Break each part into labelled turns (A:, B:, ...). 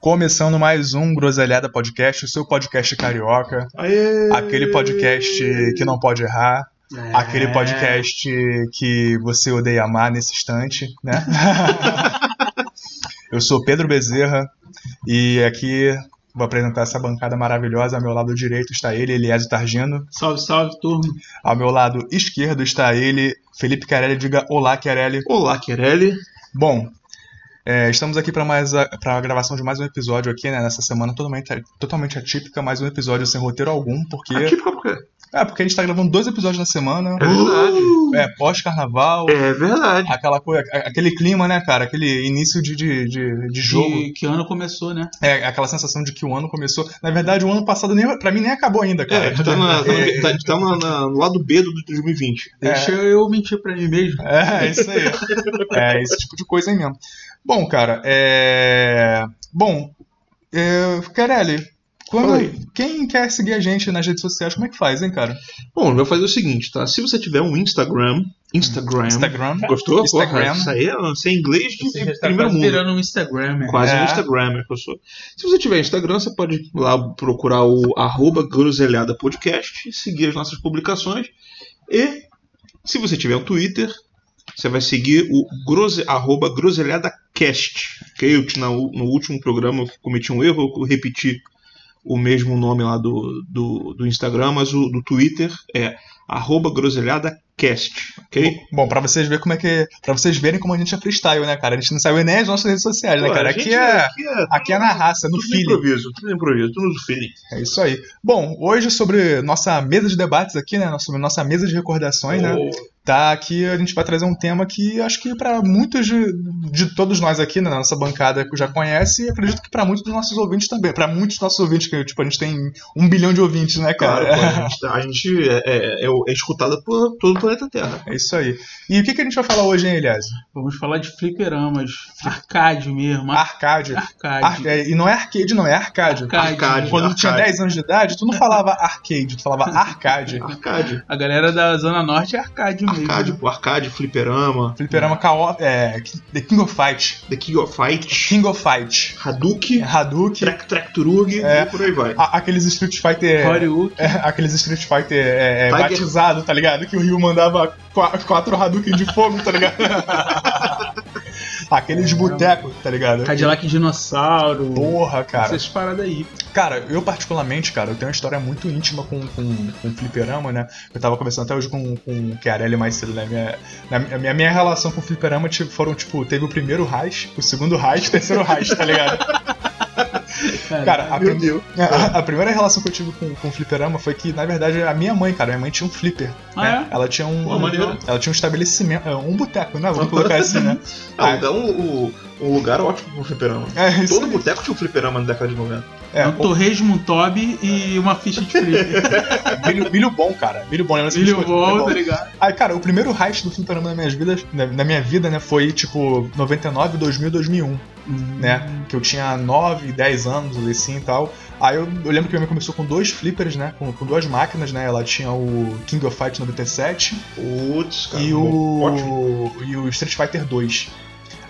A: Começando mais um Groselhada Podcast, o seu podcast carioca.
B: Aê!
A: Aquele podcast que não pode errar.
B: É.
A: Aquele podcast que você odeia amar nesse instante, né? Eu sou Pedro Bezerra e aqui vou apresentar essa bancada maravilhosa. Ao meu lado direito está ele, Eliésio Targino.
B: É, Salve, salve, turma.
A: Ao meu lado esquerdo está ele, Felipe Carelli. Diga olá, Carelli.
B: Olá, Querelli.
A: Bom, é, estamos aqui para mais a, pra gravação de mais um episódio aqui, né? Nessa semana totalmente, totalmente atípica, mais um episódio sem roteiro algum, porque.
B: Aqui pra por quê?
A: É, porque a gente tá gravando dois episódios na semana.
B: É verdade.
A: É, pós-carnaval.
B: É verdade.
A: Aquela coisa, a- aquele clima, né, cara? Aquele início de, de, de, de jogo.
B: Que, que ano começou, né?
A: É, aquela sensação de que o ano começou. Na verdade, o ano passado nem, pra mim nem acabou ainda, cara.
C: É, a gente tá, na- tá no- tá- a gente tá na- na- no lado B do 2020.
B: Deixa
C: É.
B: eu mentir pra mim mesmo.
A: É, isso aí. É esse tipo de coisa aí mesmo. Bom, cara, é. Bom, é... Carelli, quando...
C: Fala aí.
A: quem quer seguir a gente nas redes sociais, como é que faz, hein, cara?
C: Bom, eu vou fazer o seguinte, tá? Se você tiver um Instagram, Instagram,
A: Instagram.
C: gostou?
A: Instagram.
C: Porra, isso aí é você é inglês de
B: Você já tá
C: primeiro
B: quase
C: mundo.
B: virando um Instagram, né?
C: Quase
A: É.
C: um Instagram, eu sou. Se você tiver Instagram, você pode ir lá procurar o arroba groselhada podcast, seguir as nossas publicações. E se você tiver um Twitter, você vai seguir o grose, arroba groselhadacast. ok? Eu, te- na u- no último programa eu cometi um erro, eu repeti o mesmo nome lá do, do, do Instagram, mas o do Twitter é arroba groselhadacast, ok?
A: Bom, pra vocês verem como é que. Pra vocês verem como a gente é freestyle, né, cara? A gente não saiu nem as nossas redes sociais, né,
C: Pô,
A: cara?
C: a
A: Aqui
C: gente-
A: é.
C: aqui é
A: Aqui é na raça, no
C: tudo no
A: feeling.
C: improviso, tudo no improviso, tudo no feeling.
A: É isso aí. Bom, hoje sobre nossa mesa de debates aqui, né? Nossa, nossa mesa de recordações, né?
C: Ou-
A: Tá, aqui a gente vai trazer um tema que acho que para muitos de, de todos nós aqui né, na nossa bancada que já conhece, e acredito que para muitos dos nossos ouvintes também. para muitos dos nossos ouvintes, que tipo, a gente tem um bilhão de ouvintes, né,
C: Claro,
A: cara?
C: pô, a gente, a gente é, é- é- é escutada por todo o planeta Terra.
A: É isso aí. E o que, que a gente vai falar hoje, hein, Elias?
B: Vamos falar de fliperamas. Arcade mesmo. Ar-
A: Arcade.
B: Arcade.
A: Ar- é, e não é arcade, não, é arcade.
C: Arcade.
A: Quando tu tinha 10 anos de idade, tu não falava arcade, tu falava arcade.
C: Arcade.
B: A galera da Zona Norte é arcade mesmo.
C: Arcade, pô, arcade, fliperama,
A: Fliperama KO. É, The King of Fight.
C: The King of Fight,
A: King of Fight.
C: Hadouken,
A: Hadouken.
C: Trek Trek Turug
A: É.
C: e por aí vai.
A: a- Aqueles Street Fighter.
B: Hollywood.
A: É, aqueles Street Fighter é, é,
C: Tiger.
A: batizado, tá ligado? Que o Ryu mandava qua- quatro Hadouken de fogo, tá ligado? Aqueles botecos, tá ligado?
B: Cadillac Dinossauro.
A: Porra, cara.
B: Essas paradas aí.
A: Cara, eu particularmente, cara, eu tenho uma história muito íntima com, com, com fliperama, né? Eu tava conversando até hoje com, com o Chiarelli mais cedo, né? Minha, na, a minha, minha relação com fliperama tipo, foram, tipo, teve o primeiro Reich, o segundo Reich, o terceiro Reich, tá ligado? Cara, a,
C: Meu
A: prim-
C: Deus.
A: a- a primeira relação que eu tive com, com fliperama foi que, na verdade, a minha mãe, cara, minha mãe tinha um flipper.
B: Ah,
A: né?
B: é?
A: Ela tinha um.
C: Pô, maneiro.
A: ela tinha um estabelecimento. é, Um boteco, né? Vamos colocar assim, né?
C: Ah, então, o- o- um lugar ótimo pro fliperama.
A: É isso.
C: Todo boteco tinha um fliperama na década de 90.
A: É,
B: um torresmo, um tobe e uma ficha de flipper.
A: é milho, milho bom, cara. Milho é bom, né? lembra desse
B: Filho
A: biscoito?
B: bom, tá ligado?
A: Aí, cara, o primeiro hype do fliperama na minha vida, na, na minha vida, né, foi tipo 99, 2000, 2001, né? Que eu tinha 9, 10 anos, assim e tal. Aí eu, eu lembro que minha mãe começou com dois flippers, né? Com, com duas máquinas, né? Ela tinha o King of Fight 97
C: Putz, cara.
A: e
C: bom, Ótimo.
A: o e o Street Fighter 2.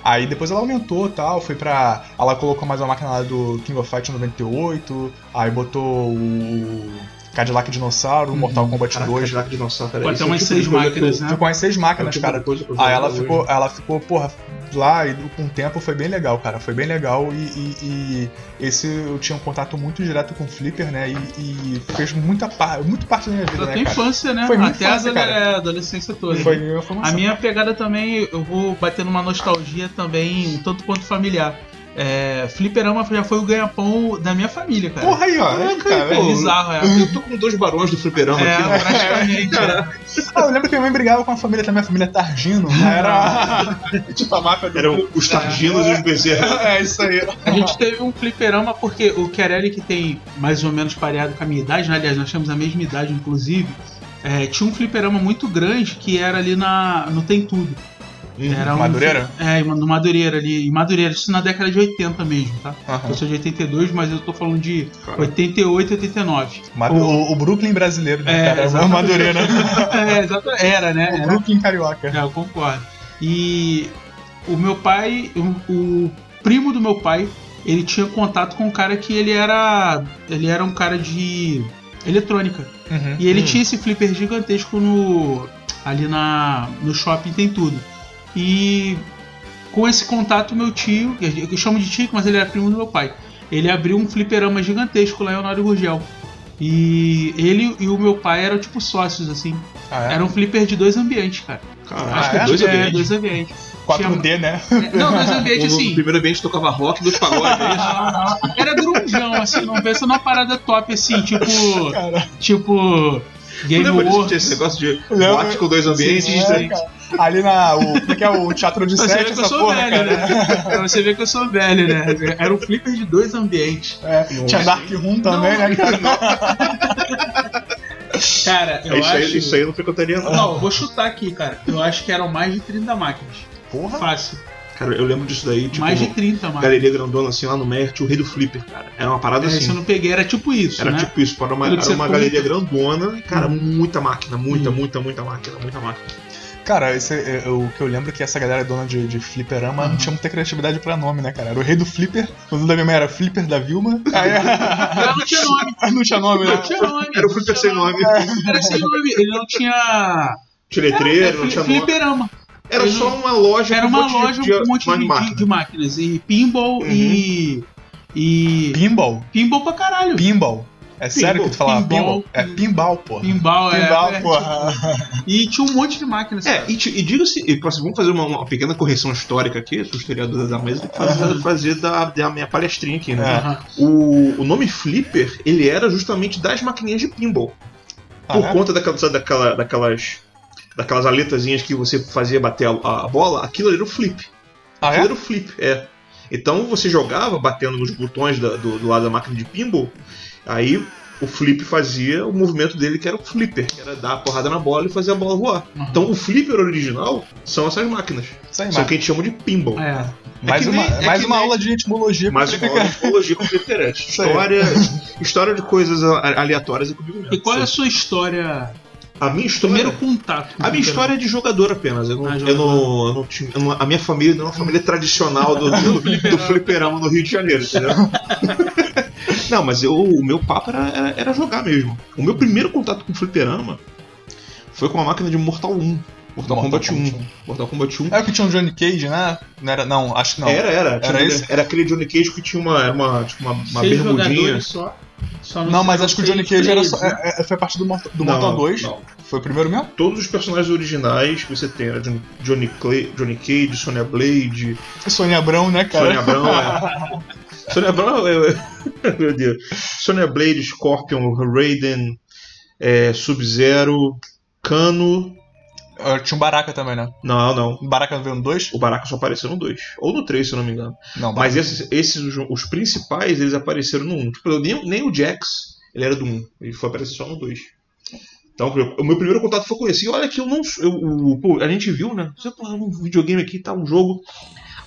A: Aí depois ela aumentou e tal, foi pra. Ela colocou mais uma máquina lá do King of Fight 98, aí botou o Cadillac Dinossauro, o Mortal Kombat
C: Uhum. Caraca,
A: 2.
C: Cadillac Dinossauro, cara.
B: Pô,
C: esse
B: até
C: é o
B: umas
C: tipo
B: seis
C: de coisa que eu-
B: máquinas, né?
A: Ficou as seis
C: é o
A: máquinas,
C: tipo de
A: cara.
C: coisa que eu
A: Aí ela
C: jogo
A: ficou,
C: hoje.
A: ela ficou, porra, lá e com o tempo foi bem legal, cara. Foi bem legal e, e- e esse eu tinha um contato muito direto com o Flipper, né? E, e fez muita par, muito parte da minha vida,
B: Da tua
A: né, cara?
B: infância, né?
A: Foi minha
B: Até
A: infância,
B: a
A: cara.
B: é, adolescência toda.
A: Foi minha formação.
B: A minha pegada também, eu vou bater numa nostalgia também, um tanto quanto familiar. É, fliperama já foi o ganha-pão da minha família, cara.
A: Porra aí, ó.
C: Caraca,
A: cara.
B: é
C: pô.
B: bizarro, é.
C: Eu tô com dois barões do fliperama
B: É,
C: aqui, né?
B: praticamente. é.
A: Ah, eu lembro que minha mãe brigava com a família também, a família Targino, né? Era tipo a máfia do
B: um
C: Eram os Targinos e os Bezerra.
A: É isso aí.
B: A gente teve um fliperama porque o Querelli, que tem mais ou menos pareado com a minha idade, né? aliás, nós temos a mesma idade, inclusive, é, tinha um fliperama muito grande que era ali na, no Tem Tudo. Era um-
A: Madureira?
B: É, em- no Madureira ali. Em Madureira, isso na década de 80 mesmo, tá?
A: Aham.
B: Eu sou de 82, mas eu tô falando de
C: Cara.
B: 88 e 89.
A: Madu- O, o Brooklyn brasileiro, né,
B: É,
A: cara? É o
B: exatamente.
A: Madureira.
B: é, exato, era, né?
A: o
B: Era
A: Brooklyn carioca.
B: É, eu concordo. E o meu pai, o, o primo do meu pai, ele tinha contato com um cara que ele era. Ele era um cara de eletrônica.
A: Uhum.
B: E ele
C: Hum.
B: tinha esse flipper gigantesco no. ali na. no shopping tem tudo. E com esse contato meu tio, que eu chamo de tio, mas ele era primo do meu pai. Ele abriu um fliperama gigantesco lá em Honório Gurgel. E ele e o meu pai eram tipo sócios, assim.
A: Ah, é?
B: Era um flipper de dois ambientes, cara.
C: Caralho,
A: Ah,
C: acho que
A: é?
C: dois
B: é,
C: ambientes.
B: dois ambientes.
A: 4D, né?
B: É, Não, dois
C: Um,
B: ambientes
C: No
B: assim.
C: primeiro ambiente tocava rock, dois pagode, é isso?
B: Era grunjão, assim, não pensa numa parada top, assim, tipo.
A: Cara.
B: Tipo. Game
C: Lembra disso? Tinha
B: Awards.
C: esse negócio de
A: Lembra?
C: boate com dois ambientes?
A: Sim, é, cara. Ali na. O, como é que é o Teatro de
B: Pra você ver
A: Sete,
B: que eu
A: essa
B: sou
A: porra,
B: velho,
A: cara?
B: né? Pra você ver que eu sou velho, né? Era um flipper de dois ambientes.
A: É, tinha Dark Room também,
B: Não.
A: né, cara?
B: Cara, é. eu
C: isso,
B: acho.
C: aí, isso aí eu não frequentaria não.
B: Não, eu vou chutar aqui, cara. Eu acho que eram mais de 30 máquinas.
A: Porra.
B: Fácil.
C: Cara, eu lembro disso daí, tipo,
B: mais de 30 máquinas.
C: galeria grandona assim lá no Mer, tinha o rei do Flipper, cara. Era uma parada
B: É, se eu
C: assim.
B: não peguei, era tipo isso,
C: Era
B: né?
C: tipo isso, era uma,
B: Tudo que
C: era
B: você
C: uma
B: compra.
C: galeria grandona e, cara,
B: Hum.
C: muita máquina, muita,
B: Hum.
C: muita, muita máquina, muita máquina.
A: Cara, esse, é, é, o que eu lembro é que essa galera dona de, de fliperama
B: Uhum.
A: não tinha muita criatividade pra nome, né, cara? Era o rei do flipper, o nome da minha mãe era Flipper da Vilma. Aí,
B: Ela é. não tinha nome,
A: não tinha nome, né?
B: não tinha nome.
C: Era o Flipper sem nome,
B: um Era sem nome. Ele não tinha.
C: tinha letreiro, não
B: Fli-
C: tinha nome.
B: Fliperama.
C: Era
B: Ele
C: só uma loja
B: Era
C: com
B: uma
C: um monte
B: loja
C: de,
B: com um monte de, de-
C: máquina.
B: de máquinas. E pinball
C: Uhum.
B: e. E.
A: Pinball.
B: Pinball pra caralho.
A: Pinball. É sério que tu falava
B: Pinball.
A: pinball? É pinball, porra.
B: Pinball,
A: Pinball,
B: é. é,
A: porra.
B: E tinha um monte de máquinas. cara.
C: É, e, ti- e diga-se, e, posso- vamos fazer uma, uma pequena correção histórica aqui, eu sou historiador da mesa, tem que fazer, fazer da, da minha palestrinha aqui, né?
A: É.
B: Aham.
C: O, o nome Flipper, ele era justamente das maquininhas de pinball.
A: Ah,
C: por
A: é?
C: conta daquela, sabe, daquela- daquelas, daquelas aletazinhas que você fazia bater a, a bola, aquilo ali era o flip.
A: Ah,
C: Aquilo
A: é?
C: era o flip, é. Então você jogava batendo nos botões da- do, do lado da máquina de pinball, aí o flip fazia o movimento dele que era o flipper, que era dar a porrada na bola e fazer a bola voar.
B: Uhum.
C: Então o flipper original são essas máquinas.
A: Isso aí,
C: São
A: mano.
C: que a gente chama de pinball.
B: É.
A: Mais
C: que
A: uma,
C: nem- é
A: mais
C: que
A: uma
C: nem-
A: aula de etimologia.
C: Mas
A: pra
C: uma aula de tipologia com Flipper é.
A: aí.
C: História, história de coisas a- aleatórias é comigo mesmo.
B: E qual é a sua história?
C: A minha história.
B: Primeiro contato. com
C: A minha
B: o
C: história é de jogador apenas. Eu não,
B: Ah,
C: eu
B: jogador.
C: não- eu não tinha- eu não- a minha família não é uma família tradicional do, do, do fliperama no Rio de Janeiro, entendeu? não, mas eu, o meu papo era, era- era jogar mesmo. O meu primeiro contato com fliperama foi com uma máquina de Mortal 1. Mortal, Kombat 1. Mortal Kombat 1.
A: É o que tinha o Johnny Cage, né? Não, era, não acho que não.
C: Era, era. Tinha
A: Era
C: um-
A: esse?
C: era aquele Johnny Cage que tinha uma, era uma, tipo uma, uma
B: é Seis
C: bermudinha.
B: jogadores só. só
A: Não, mas
B: sei,
A: acho que o
B: seis
A: Johnny Cage era só,
B: players, né?
A: é- é- foi parte do Mortal, do
C: Não,
A: Mortal 2.
C: não.
A: Foi o primeiro mesmo?
C: Todos os personagens originais que você tem era John- Johnny, Clay, Johnny Cage, Sonya Blade,
A: Sônia Abrão, né, cara?
C: Sônia Abrão. É. Sônia Abrão, é- é- meu Deus. Sônia Blade, Scorpion, Raiden, é, Sub-Zero, Cano.
A: Ah, Tinha um Baraka também, né?
C: Não, não.
A: O Baraka veio no 2?
C: O Baraka só apareceu no 2. Ou no 3, se eu não me engano.
A: Não,
C: Mas esses, esses os, os principais, eles apareceram no 1. Tipo, nem, nem o Jax, ele era do 1. Ele foi aparecer só no 2. Então, eu- o meu primeiro contato foi com esse. E olha que eu não. sou- Eu, o- pô, a gente viu, né? Você, pô, um videogame aqui, tá um jogo.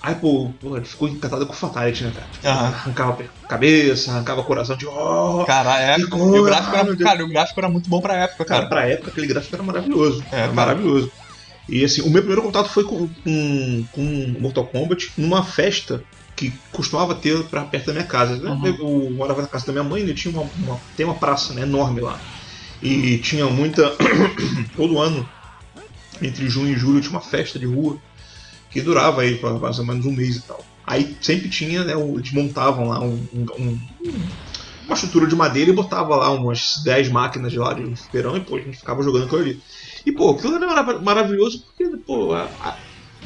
C: Aí, pô, pô ele ficou encantado com o Fatality, né, cara? Tipo,
A: Aham.
C: Arrancava pe- cabeça, arrancava coração de. Oh,
A: Caralho, é.
C: Que
A: E o gráfico
C: coisa, meu
A: era,
C: Deus.
A: cara, o gráfico era muito bom pra época,
C: Cara,
A: cara.
C: pra época aquele gráfico era maravilhoso.
A: É,
C: era
A: cara.
C: maravilhoso. E assim, o meu primeiro contato foi com, com, com Mortal Kombat numa festa que costumava ter pra perto da minha casa. Eu-
B: Uhum.
C: Eu morava na casa da minha mãe e tinha uma, uma- tem uma praça né, enorme lá. E tinha muita. todo ano, entre junho e julho, tinha uma festa de rua que durava aí pra- mais ou menos um mês e tal. Aí sempre tinha, né? o- Eles montavam lá um- um- um uma estrutura de madeira e botava lá umas 10 máquinas de lá de um ferão e pô, a gente ficava jogando aquilo ali. E pô, aquilo era mara- maravilhoso porque, pô, a- a-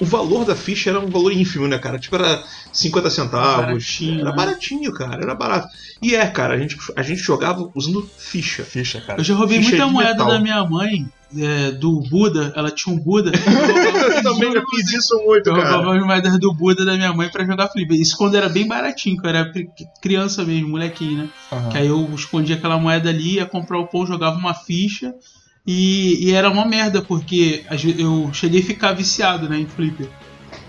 C: o valor da ficha era um valor ínfimo, né, cara? Tipo, era 50 centavos.
B: Baratinho,
C: era
B: né?
C: baratinho, cara, era barato. E é, cara, a gente, a gente jogava usando ficha.
A: Ficha, cara.
B: é, Eu já roubei
C: Ficha
B: muita
C: é de
B: moeda
C: metal.
B: da minha mãe, é, do Buda. Ela tinha um Buda. Eu roubava-
C: já fiz isso muito,
B: Eu roubava as moedas do Buda da minha mãe pra jogar flipper. Isso quando era bem baratinho, que eu era pri- criança mesmo, molequinho, né?
A: Aham.
B: Que aí eu escondia aquela moeda ali, ia comprar o pão, jogava uma ficha. E, e era uma merda, porque às ve- eu cheguei a ficar viciado né, em flipper.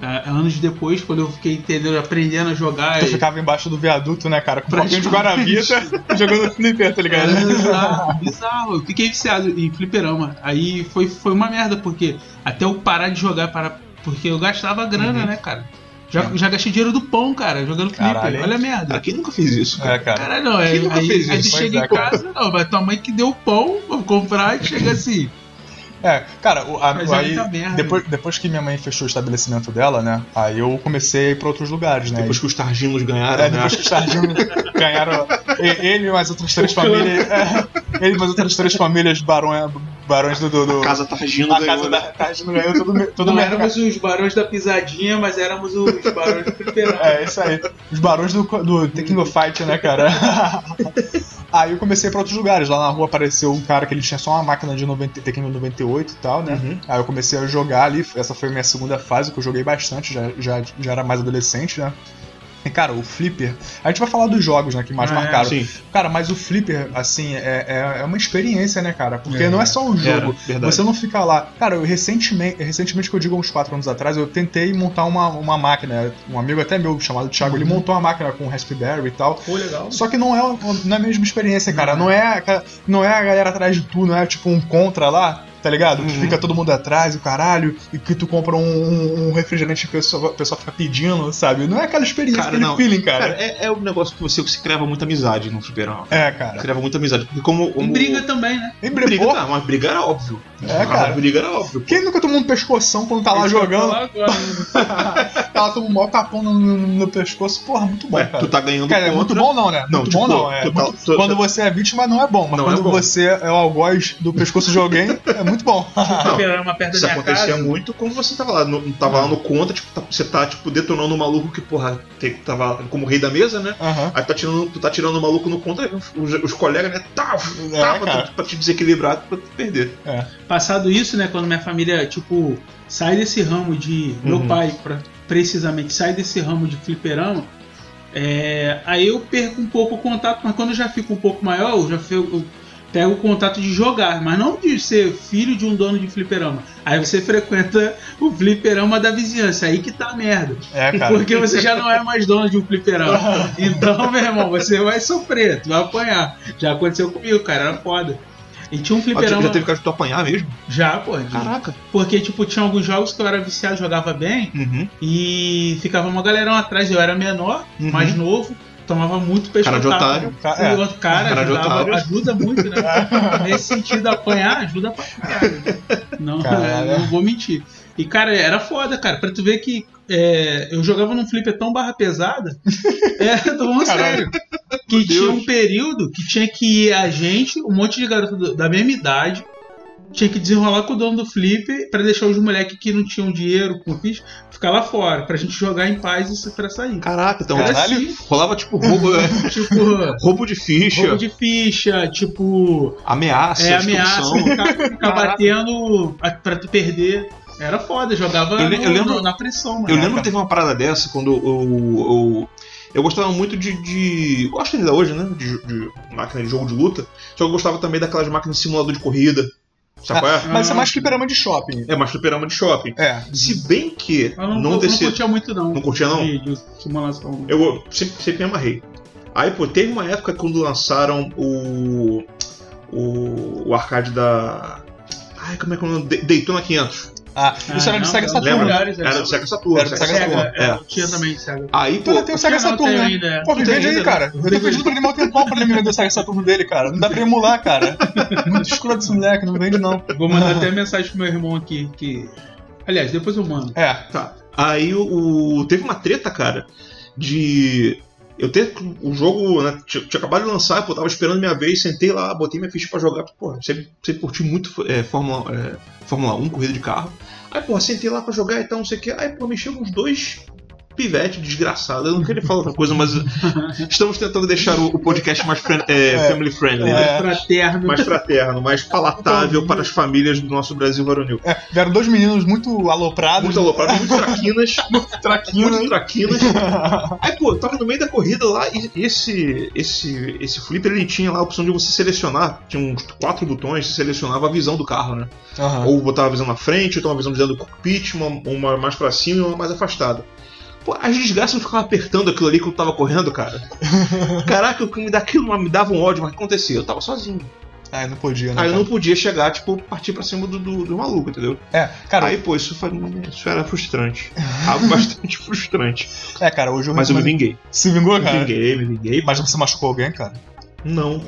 B: Ah, Anos depois, quando eu fiquei entendendo, aprendendo a jogar.
A: Tu
B: e-
A: ficava embaixo do viaduto, né, cara? Com um pouquinho de guaravita jogando flipper, tá ligado?
B: Era É bizarro, bizarro. Eu fiquei é viciado em fliperama. Aí foi, foi uma merda, porque até eu parar de jogar, para, porque eu gastava grana,
A: Uhum.
B: né, cara? Já, já gastei dinheiro do pão, cara, jogando flipper.
A: Caralho, hein?
B: Olha a merda.
C: Cara, quem nunca fez isso, cara?
A: É, cara.
B: Cara, não, é,
C: Quem nunca
B: aí,
C: fez isso?
B: aí você
A: Pois
B: chega
A: é,
B: em
A: cara.
B: casa, não, mas tua mãe que deu o pão, vou comprar e chega assim.
A: É, cara, o, a,
B: Mas é
A: aí,
B: muita merda.
A: depois, depois que minha mãe fechou o estabelecimento dela, né? Aí eu comecei a ir pra outros lugares, né?
C: Depois que os Targinos ganharam,
A: É,
C: né?
A: depois que os Targino ganharam e- ele e mais outras três famílias. é, ele e mais outras três famílias barões, barões do. do, do
C: A casa Targino
A: a
C: ganhou.
A: casa
C: né?
A: da Targino ganhou todo, me- todo
B: não
A: mercado.
B: éramos os barões da pisadinha, mas éramos os barões do fliperama.
A: É, isso aí. Os barões do, do Tekken Fight, né, cara? aí eu comecei pra outros lugares. Lá na rua apareceu um cara que ele tinha só uma máquina de 90, Tekken 98 e tal, né?
C: Uhum.
A: Aí eu comecei a jogar ali, essa foi a minha segunda fase, que eu joguei bastante, já, já, já era mais adolescente, né? E, cara, o Flipper. A gente vai falar dos jogos, né, que mais
B: Ah, é,
A: marcaram.
C: Sim,
A: Cara, mas o Flipper, assim, é, é, é uma experiência, né, cara? Porque
B: É,
A: não é só um
C: era,
A: jogo.
C: verdade.
A: Você não fica lá. Cara, eu recentemente, recentemente que eu digo uns 4 anos atrás, eu tentei montar uma, uma máquina. Um amigo até meu chamado Thiago,
C: Uhum.
A: ele montou uma máquina com Raspberry e tal.
B: Pô, legal.
A: Só que não é, não é a mesma experiência, cara.
C: Uhum.
A: Não é, aquela- não é a galera atrás de tu, não é tipo um contra lá, tá ligado? Que
C: Uhum.
A: fica todo mundo atrás, o caralho, e que tu compra um, um- um refrigerante que o pessoal, o pessoal fica pedindo, sabe? Não é aquela experiência,
C: Cara,
A: aquele
C: não.
A: feeling, cara.
C: Cara, é, é um negócio que você se creva muita amizade no fliperama.
A: É, cara.
C: Se creva muita amizade. Porque como.
B: E
C: como
B: briga também, né?
A: Em
C: briga,
A: Brepô,
C: tá, mas briga era óbvio.
A: É,
C: Ah,
A: cara.
C: Briga era óbvio.
A: Quem nunca tomou um pescoção quando tá lá
B: Isso que eu ia
A: jogando?
B: falar agora, né?
A: Ela toma um maior tapão no, no- no pescoço, porra, muito bom,
C: Ué,
A: cara.
C: tu tá ganhando
A: Cara, é muito
C: contra.
A: bom não, né?
C: Não,
A: muito
C: tipo,
A: bom não. É
C: tu tá-
A: muito-
C: tu-
A: Quando você é vítima não é bom, mas
C: Não é
A: quando
C: bom.
A: você é o algoz do pescoço de alguém, é muito bom.
B: Fliperama
A: é
B: perto
C: Isso
B: da minha
C: acontecia
B: casa.
C: muito quando você tava lá no, tava lá no contra, tipo, tá- você tá tipo, detonando um maluco que, porra, te- tava como rei da mesa, né?
A: Aham.
C: Aí tá tirando, tu tá tirando o maluco no contra, aí os, os colegas, né? Tá,
A: É,
C: tá pra,
A: cara.
C: tu, pra te desequilibrar, pra tu perder. Ah,
B: Passado isso, né? Quando minha família, tipo, sai desse ramo de. Meu
C: Uhum.
B: pai, pra- precisamente, sai desse ramo de fliperama. é, aí eu perco um pouco o contato, mas quando eu já fico um pouco maior, eu já fico, eu pego o contato de jogar, mas não de ser filho de um dono de fliperama. Aí você frequenta o fliperama da vizinhança, aí que tá a merda.
A: É, cara.
B: Porque você já não é mais dono de um fliperama. Então, meu irmão, você vai sofrer, tu vai apanhar. Já aconteceu comigo, cara, era foda. E tinha um
C: Ah, tu-
B: fliperama.
C: já teve caso de tu apanhar mesmo?
B: Já, pô. de-
C: Caraca.
B: Porque, tipo, tinha alguns jogos que eu era viciado, jogava bem
C: Uhum.
B: e ficava uma galerão atrás. Eu era menor,
C: Uhum.
B: mais novo, tomava muito peixe.
C: Cara de
B: otário.
C: otário.
A: Ca-
B: E
A: é.
B: outro cara,
C: Cara de
B: ajudava-
C: otário.
B: ajuda muito, né? Nesse sentido, apanhar ajuda pra caralho. né? Não,
A: Caralho.
B: não vou mentir. E, cara, era foda, cara. Pra tu ver que é, eu jogava num flipper tão barra pesada. É, tô falando
A: Caralho.
B: sério. Que
C: Meu
B: tinha
C: Deus.
B: um período que tinha que ir a gente, um monte de garoto do- da mesma idade, tinha que desenrolar com o dono do flipper pra deixar os moleques que não tinham dinheiro, com ficha, ficar lá fora, pra gente jogar em paz e se pra sair.
C: Caraca, então
B: Era
A: Caralho.
B: assim,
C: rolava tipo roubo, é,
B: tipo,
C: roubo de ficha,
B: roubo de ficha, tipo,
C: ameaça,
B: é, ameaça,
C: extorsão.
B: ficar, ficar
C: Caraca.
B: batendo a- pra tu perder. Era foda, jogava
C: Eu le-
B: no-
C: eu lembro-
B: no- na pressão, mano.
C: Eu lembro que teve uma parada dessa quando eu. eu, eu- eu gostava muito de, de. Gosto ainda hoje, né? De, de máquina de jogo de luta. Só que eu gostava também daquelas máquinas de simulador de corrida. Sabe qual é?
A: Mas isso é mais fliperama de shopping.
C: É, mais fliperama de shopping.
A: É.
C: Se bem que
B: Eu não,
C: não
B: eu não
C: descer.
B: curtia muito, não.
C: Não curtia, não?
B: De, de simulação.
C: Eu sempre, sempre me amarrei. Aí, pô, teve uma época quando lançaram o. O, o arcade da. Ai, como é que é o nome? De- Daytona 500.
A: Ah, isso
B: Ah,
A: era
B: não,
A: de Sega
B: não,
A: Saturn.
C: lembra?
B: Lugares,
C: Era do Sega Saturn.
A: Era do Sega
B: Sega,
A: Saturn,
B: é,
C: É.
B: eu tinha também Sega.
C: Aí,
A: Tu
C: pô,
A: ainda tem o Sega
B: Não, não
A: Saturn,
B: tenho
A: né?
B: ainda, é.
A: Pô, me
C: Não tem
A: vende aí,
C: ainda,
A: cara. Eu tô pedindo pra ele mal tempão pra ele me vender o Sega Saturn dele, cara. Não dá pra emular, cara. Muito escuro desse moleque, não vende não.
B: Vou mandar até mensagem pro meu irmão aqui. Que... Aliás, depois eu mando.
A: É.
C: Tá. Aí o, o- teve uma treta, cara, de eu ter o jogo, né, tinha, tinha acabado de lançar, pô, eu tava esperando minha vez, sentei lá, botei minha ficha pra jogar, pô, sempre, sempre curti muito é, Fórmula, um, é, Fórmula 1, corrida de carro. Aí, pô, sentei lá pra jogar e tal, não sei o que. Aí, pô, me chegam uns dois pivete desgraçada. Eu não queria falar outra coisa, mas estamos tentando deixar o, o podcast mais fren- é, Então,
A: É.
C: family friendly, né?
A: É.
B: Fraterno.
C: Mais fraterno, mais palatável para as famílias do nosso Brasil varonil.
A: É, vieram dois meninos muito aloprados.
C: Muito aloprado, muito traquinas,
A: traquinho,
C: muito traquinas. Aí, pô, eu tava no meio da corrida lá e esse, esse, esse flipper ele tinha lá a opção de você selecionar. Tinha uns quatro botões, você selecionava a visão do carro, né?
A: Aham.
C: Ou botava a visão na frente, ou então uma visão de dentro do cockpit, uma, uma mais pra cima e uma mais afastada. Pô, as desgraças eu ficava apertando aquilo ali que eu tava correndo, cara. Caraca, o que me dá aquilo me dava um ódio, mas o que acontecia? Eu tava sozinho.
A: Ah, não podia, né?
C: Aí eu
A: cara?
C: não podia chegar, tipo, partir pra cima do, do, do maluco, entendeu?
A: É, cara,
C: Aí, pô, isso, foi, isso era frustrante. Algo bastante frustrante.
A: é, cara, hoje eu
C: Mas eu me
A: recomendo-
C: vinguei.
A: Se vingou,
C: Me
A: cara?
C: vinguei, me vinguei.
A: Imagina se você machucou alguém, cara.
C: Não.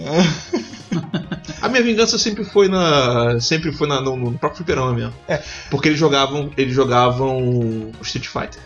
C: a minha vingança sempre foi na. Sempre foi na, no, no próprio fliperama mesmo.
A: É.
C: Porque eles jogavam. Eles jogavam Street Fighter.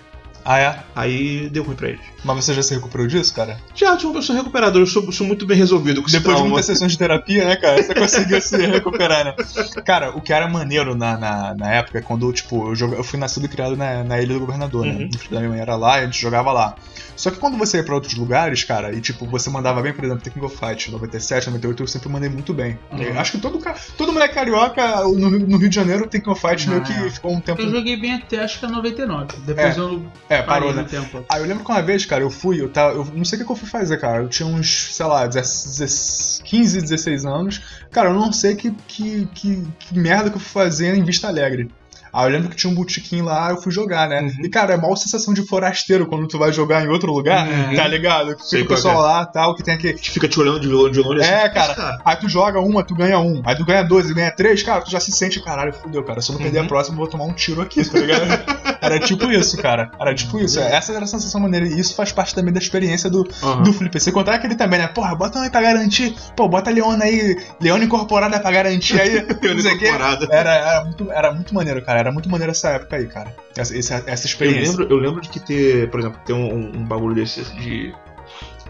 A: Ah, é?
C: Aí deu ruim pra eles.
A: Mas você já se recuperou disso, cara?
C: Já, tipo, eu sou recuperador, eu sou, sou muito bem resolvido com esse
A: Depois de
C: trauma.
A: muitas sessões de terapia, né, cara? Você conseguiu se recuperar, né? Cara, o que era maneiro na, na, na época, quando, tipo, eu, joga- eu fui nascido e criado na, na Ilha do Governador, né?
C: Uhum.
A: Da minha mãe era lá, a gente jogava lá. Só que quando você ia pra outros lugares, cara, e, tipo, você mandava bem, por exemplo, Tekken of Fight 97, 98, eu sempre mandei muito bem.
B: Uhum.
A: Acho que todo, ca- todo mulher carioca no, Rio- no Rio de Janeiro, Tekken of Fight meio
B: Ah.
C: é.
A: que ficou um tempo...
B: Eu
C: Uhum.
B: joguei bem até acho que é 99. Depois eu
A: É, parou,
B: parei
A: né?
B: no tempo.
A: Ah, eu lembro que uma vez, cara, eu fui, eu tava. Eu não sei o que, que eu fui fazer, cara. Eu tinha uns, sei lá, 16, 15, 16 anos. Cara, eu não sei que, que, que, que merda que eu fui fazer em Vista Alegre. Ah, eu lembro que tinha um botequim lá, eu fui jogar, né?
C: Uhum.
A: E, cara, é a maior sensação de forasteiro quando tu vai jogar em outro
C: É.
A: lugar,
B: Uhum.
A: tá ligado? Que
C: Sei
A: Fica o
C: qual é.
A: pessoal lá tal, que tem aqui.
C: A gente fica te olhando de longe, de longe assim.
A: É, cara. Aí tu joga uma, tu ganha um. Aí tu ganha dois, tu ganha três, cara, tu já se sente, caralho, fudeu, cara. Se eu não perder
C: Uhum.
A: a próxima, eu vou tomar um tiro aqui, tá ligado? Era tipo isso, cara. Era tipo
C: Uhum.
A: isso. É, Essa era a sensação maneira. E isso faz parte também da experiência do,
C: Aham.
A: do Flipper. Você contar aquele também, né? Porra, bota um aí pra garantir. Pô, bota a Leona aí. Leona incorporada pra garantir aí.
C: Eu
A: não sei o quê.
C: incorporada.
A: Era, era, muito, era muito maneiro, cara. Era muito maneiro essa época aí, cara. Essa, essa, essa
C: Eu
A: experiência.
C: lembro, eu lembro de que ter, por exemplo, ter um, um- um bagulho desse de,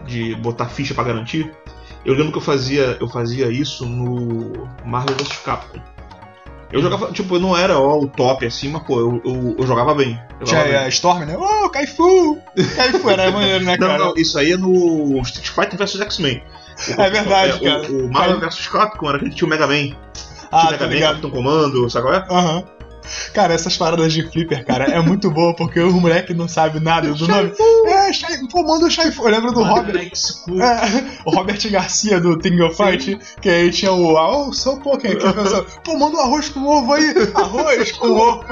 C: de botar ficha pra garantir. Eu lembro que eu fazia, eu fazia isso no Marvel vs Capcom.
A: Uhum.
C: Eu jogava, tipo, eu não era ó, o top assim, mas pô, eu, eu, eu jogava bem. Eu jogava
A: Tinha
C: bem.
A: a Storm, né? Oh, Kaifu! Kaifu era maneiro, né,
C: Não,
A: cara?
C: não, isso aí é no Street Fighter vs X-Men.
A: É verdade,
C: É, o-
A: cara.
C: o, Marvel vs Capcom era aquele que tinha o Mega Man. Tinha o
A: Ah,
C: Mega
A: tá
C: Man,
A: ligado.
C: Capitão Comando, sabe qual é?
A: Aham. Cara, essas paradas de flipper, cara, é muito boa porque o moleque não sabe nada do nome. É, Shai, pô, manda o Shaifu. Eu
B: É.
A: lembro do Robert.
B: Alex Cook.
A: É, o Robert Garcia do Thing of Fight, que aí tinha o. Ah, oh, só pô, quem que pensou? Pô, manda o arroz com ovo aí! Arroz com ovo!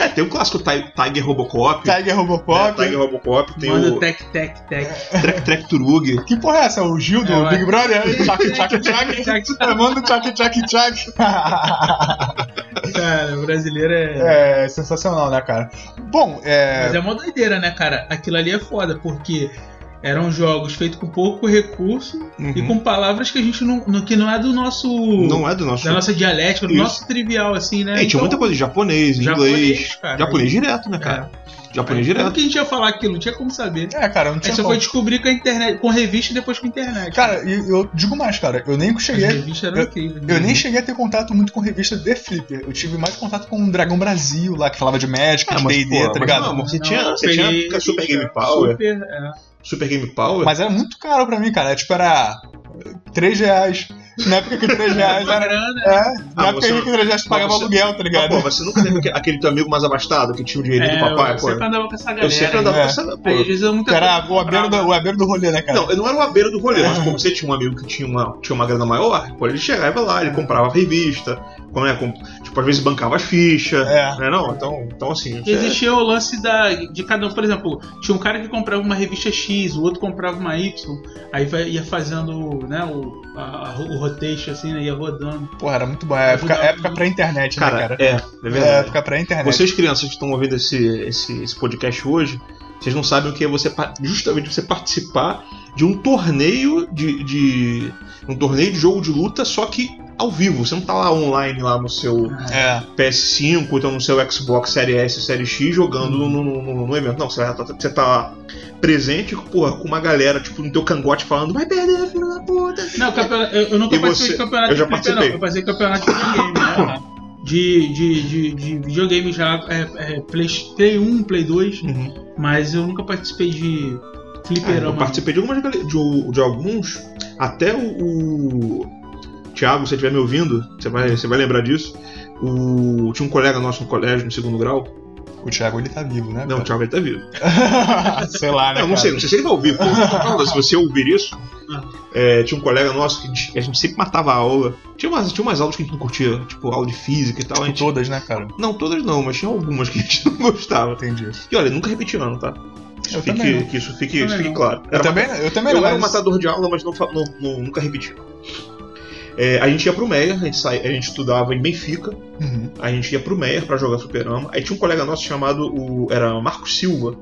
C: É, tem o clássico Ti- Tiger Robocop.
A: É, Tiger
C: né?
A: Robocop.
C: Tiger Robocop, tem
B: Manda
C: o
B: tec, tec, tec.
C: Trek Trek Turug.
A: Que porra é essa? O Gil do
B: É, vai.
A: Big Brother? Tchac, tchac, tchac. É, Manda o tchac, tchac, tchac.
C: É.
B: Cara, o brasileiro é.
A: É sensacional, né, cara? Bom, é.
B: Mas é uma doideira, né, cara? Aquilo ali é foda, porque eram jogos feitos com pouco recurso e
A: uhum.
B: com palavras que a gente não. no- que não é do nosso.
C: Não é do nosso.
B: da nossa dialética, do
C: Isso.
B: nosso trivial, assim, né?
C: É, tinha muita coisa em japonês, em inglês.
B: cara. É.
C: Japonês direto, né, cara? Japonês
B: Como
C: direto.
B: que a gente ia falar aquilo? Não tinha como saber.
A: É, cara, não
B: A
A: tinha
B: gente só
A: como.
B: foi descobrir com a internet, com revista e depois com a internet.
A: Cara, e eu digo mais, cara, eu nem
B: As
C: é.
A: cheguei.
B: revistas eram incríveis. né?
A: Eu
C: Uhum.
A: nem cheguei a ter contato muito com revista de Flipper. Eu tive mais contato com o Dragão Brasil lá, que falava de Magic,
C: É,
A: de
C: mas,
A: DD,
C: pô,
A: tá
C: mas
A: ligado?
C: não,
A: Mas,
C: mas- Você tinha- você tinha
B: Feliz,
C: Super Game Power.
B: Super, é.
C: Super Game Power.
A: era muito caro pra mim, cara. Tipo, era 3 reais. Na época que 3 reais
B: Uma
A: era.
B: grana.
A: É,
C: Ah,
A: na época
C: você-
A: que 3 reais tu pagava
C: você-
A: aluguel, tá
C: Mas, ah, pô,
A: ligado?
C: você nunca teve aquele- aquele teu amigo mais abastado que tinha o dinheiro do
B: É,
C: papai,
B: eu
C: pô.
B: sempre andava com essa galera.
C: Eu sempre andava
A: né?
C: com essa. pô. é.
B: Aí, Às vezes eu muita
A: Era
B: coisa
A: o abeiro, do,
B: comprava.
A: o abeiro do rolê, né, cara?
C: Não, eu não era o abeiro do rolê, mas como você tinha um amigo que tinha uma, tinha uma grana maior, pô, ele chegava lá, ele comprava a revista, como é, com- tipo, às vezes bancava as fichas,
A: É.
C: né, não? Então, então assim,
B: E
C: você-
B: existia o lance da, de cada um, por exemplo, tinha um cara que comprava uma revista X, o outro comprava uma Y, aí vai- ia fazendo né, o, a- a- o rotation assim, né, ia rodando.
A: Porra, era muito bom. É época,
B: Ajudava
A: época
B: muito.
A: pré-internet, né,
C: cara,
A: cara?
C: é, é
A: É
C: verdade.
A: época pré-internet.
C: Vocês crianças que estão ouvindo esse, esse, esse podcast hoje, vocês não sabem o que é você pa- justamente você participar de um torneio de, de um torneio de jogo de luta, só que ao vivo. Você não tá lá online lá no seu
A: É.
C: PS5, então no seu Xbox Série S, Série X jogando no, no- no- no evento. Não, você, tá, você tá presente, porra, com uma galera tipo no teu cangote falando vai perder, filho da puta.
B: Não, campeonato, eu, eu nunca
C: E
B: participei
C: você?
B: de campeonato
C: Eu já
B: de flipper, não.
C: participei.
B: Eu participei de campeonato de videogame, né? de, de, de, de videogame já, é, é, Play, Play 1, Play 2,
C: Uhum. É,
B: mas eu nunca participei de
C: Ah,
B: fliperama.
C: eu participei de algumas gale- de, de alguns. Até o, o Thiago, se você estiver me ouvindo, você vai, você vai lembrar disso. O, tinha um colega nosso no colégio, no segundo grau.
A: O Thiago, ele tá vivo, né?
C: Não, o Thiago ele tá vivo.
A: Thiago. sei lá, né?
C: Não, não
A: cara?
C: sei, não sei se ele vai ouvir. Pô, Não, se você ouvir isso.
B: Ah.
C: É, tinha um colega nosso que a gente sempre matava a aula. Tinha umas, tinha umas aulas que a gente não curtia, tipo aula de física e tal. a
A: Tipo,
C: gente-
A: todas, né, cara?
C: Não, todas não, mas tinha algumas que a gente não gostava.
A: Entendi.
C: E olha, nunca repeti ano, tá? Isso
A: Eu
C: fique,
A: também não.
C: que isso fique,
B: Eu
C: isso
B: também
C: fique claro.
A: Eu também, eu também
C: Eu
A: não,
C: era um
A: mas-
C: matador de aula, mas não, fa- não- não- nunca repeti. É, a gente ia pro Meyer, a gente, saía, a gente estudava em Benfica,
A: Uhum.
C: a gente ia pro Meyer pra jogar fliperama. Aí tinha um colega nosso chamado, o, era Marcos Silva,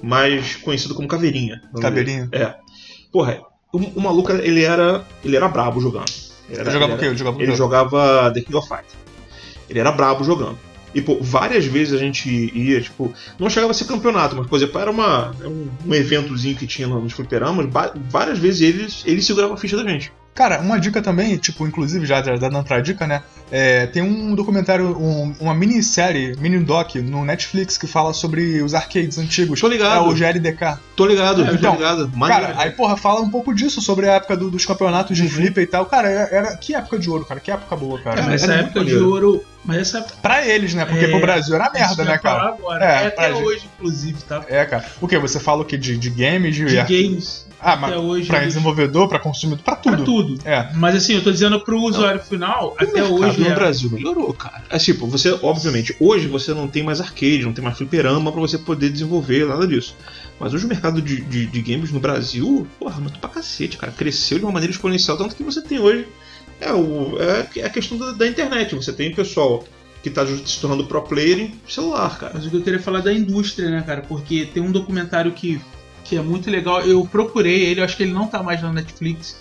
C: mais conhecido como Caveirinha. O nome
A: Caveirinha?
C: dele. É. Porra, o, o maluco, ele era, ele era brabo jogando. Ele
A: Ele
C: era-
A: jogava o
C: ele
A: quê?
C: era-
A: Ele jogava o
C: Ele
A: quê?
C: jogava The King of Fight. Ele era brabo jogando. E, pô, várias vezes a gente ia, tipo, não chegava a ser campeonato, mas, por exemplo, era uma, era um, um eventozinho que tinha lá nos fliperamas, ba- várias vezes ele, ele segurava a ficha da gente.
A: Cara, uma dica também, tipo, inclusive já já dando outra dica, né? É, tem um documentário, um- uma minissérie, mini doc no Netflix que fala sobre os arcades antigos.
C: Tô ligado.
A: É o GLDK.
C: Tô ligado,
A: É,
C: tô
A: então,
C: ligado.
B: né?
A: Cara, aí, porra, fala um pouco disso, sobre a época do- dos campeonatos de flipper e tal. Cara, era, era- que época de ouro, cara, que época boa,
B: Uhum. É,
A: cara.
B: mas
C: era
B: essa
C: muito
B: época de
C: maneiro.
B: ouro. Mas essa época.
A: Pra eles, né? Porque
B: É,
A: pro Brasil era
B: isso
A: merda,
B: eu ia
A: né, cara?
B: falar Agora.
A: É,
B: É,
A: pra
B: até
A: gente.
B: hoje, inclusive, tá?
A: É, cara. O que? Você fala o que? De, de games? De,
B: De games.
A: ah, mas
B: Até hoje.
A: pra
B: eles-
A: desenvolvedor, pra consumidor, pra
B: pra
A: tudo.
B: tudo.
A: É.
B: Mas assim, eu tô dizendo pro usuário final, até
C: mercado
B: hoje.
C: no
B: é.
C: Brasil melhorou, cara. Assim, pô, você, obviamente, hoje você não tem mais arcade, não tem mais fliperama pra você poder desenvolver, nada disso. Mas hoje o mercado de, de- de games no Brasil, porra, aumentou pra cacete, cara. Cresceu de uma maneira exponencial, tanto que você tem hoje. É, o- é a questão da, da internet. Você tem pessoal que tá ju- se tornando pro player em celular, cara.
B: Mas o que eu queria falar é da indústria, né, cara? Porque tem um documentário que, que é muito legal. Eu procurei ele, eu acho que ele não tá mais na Netflix.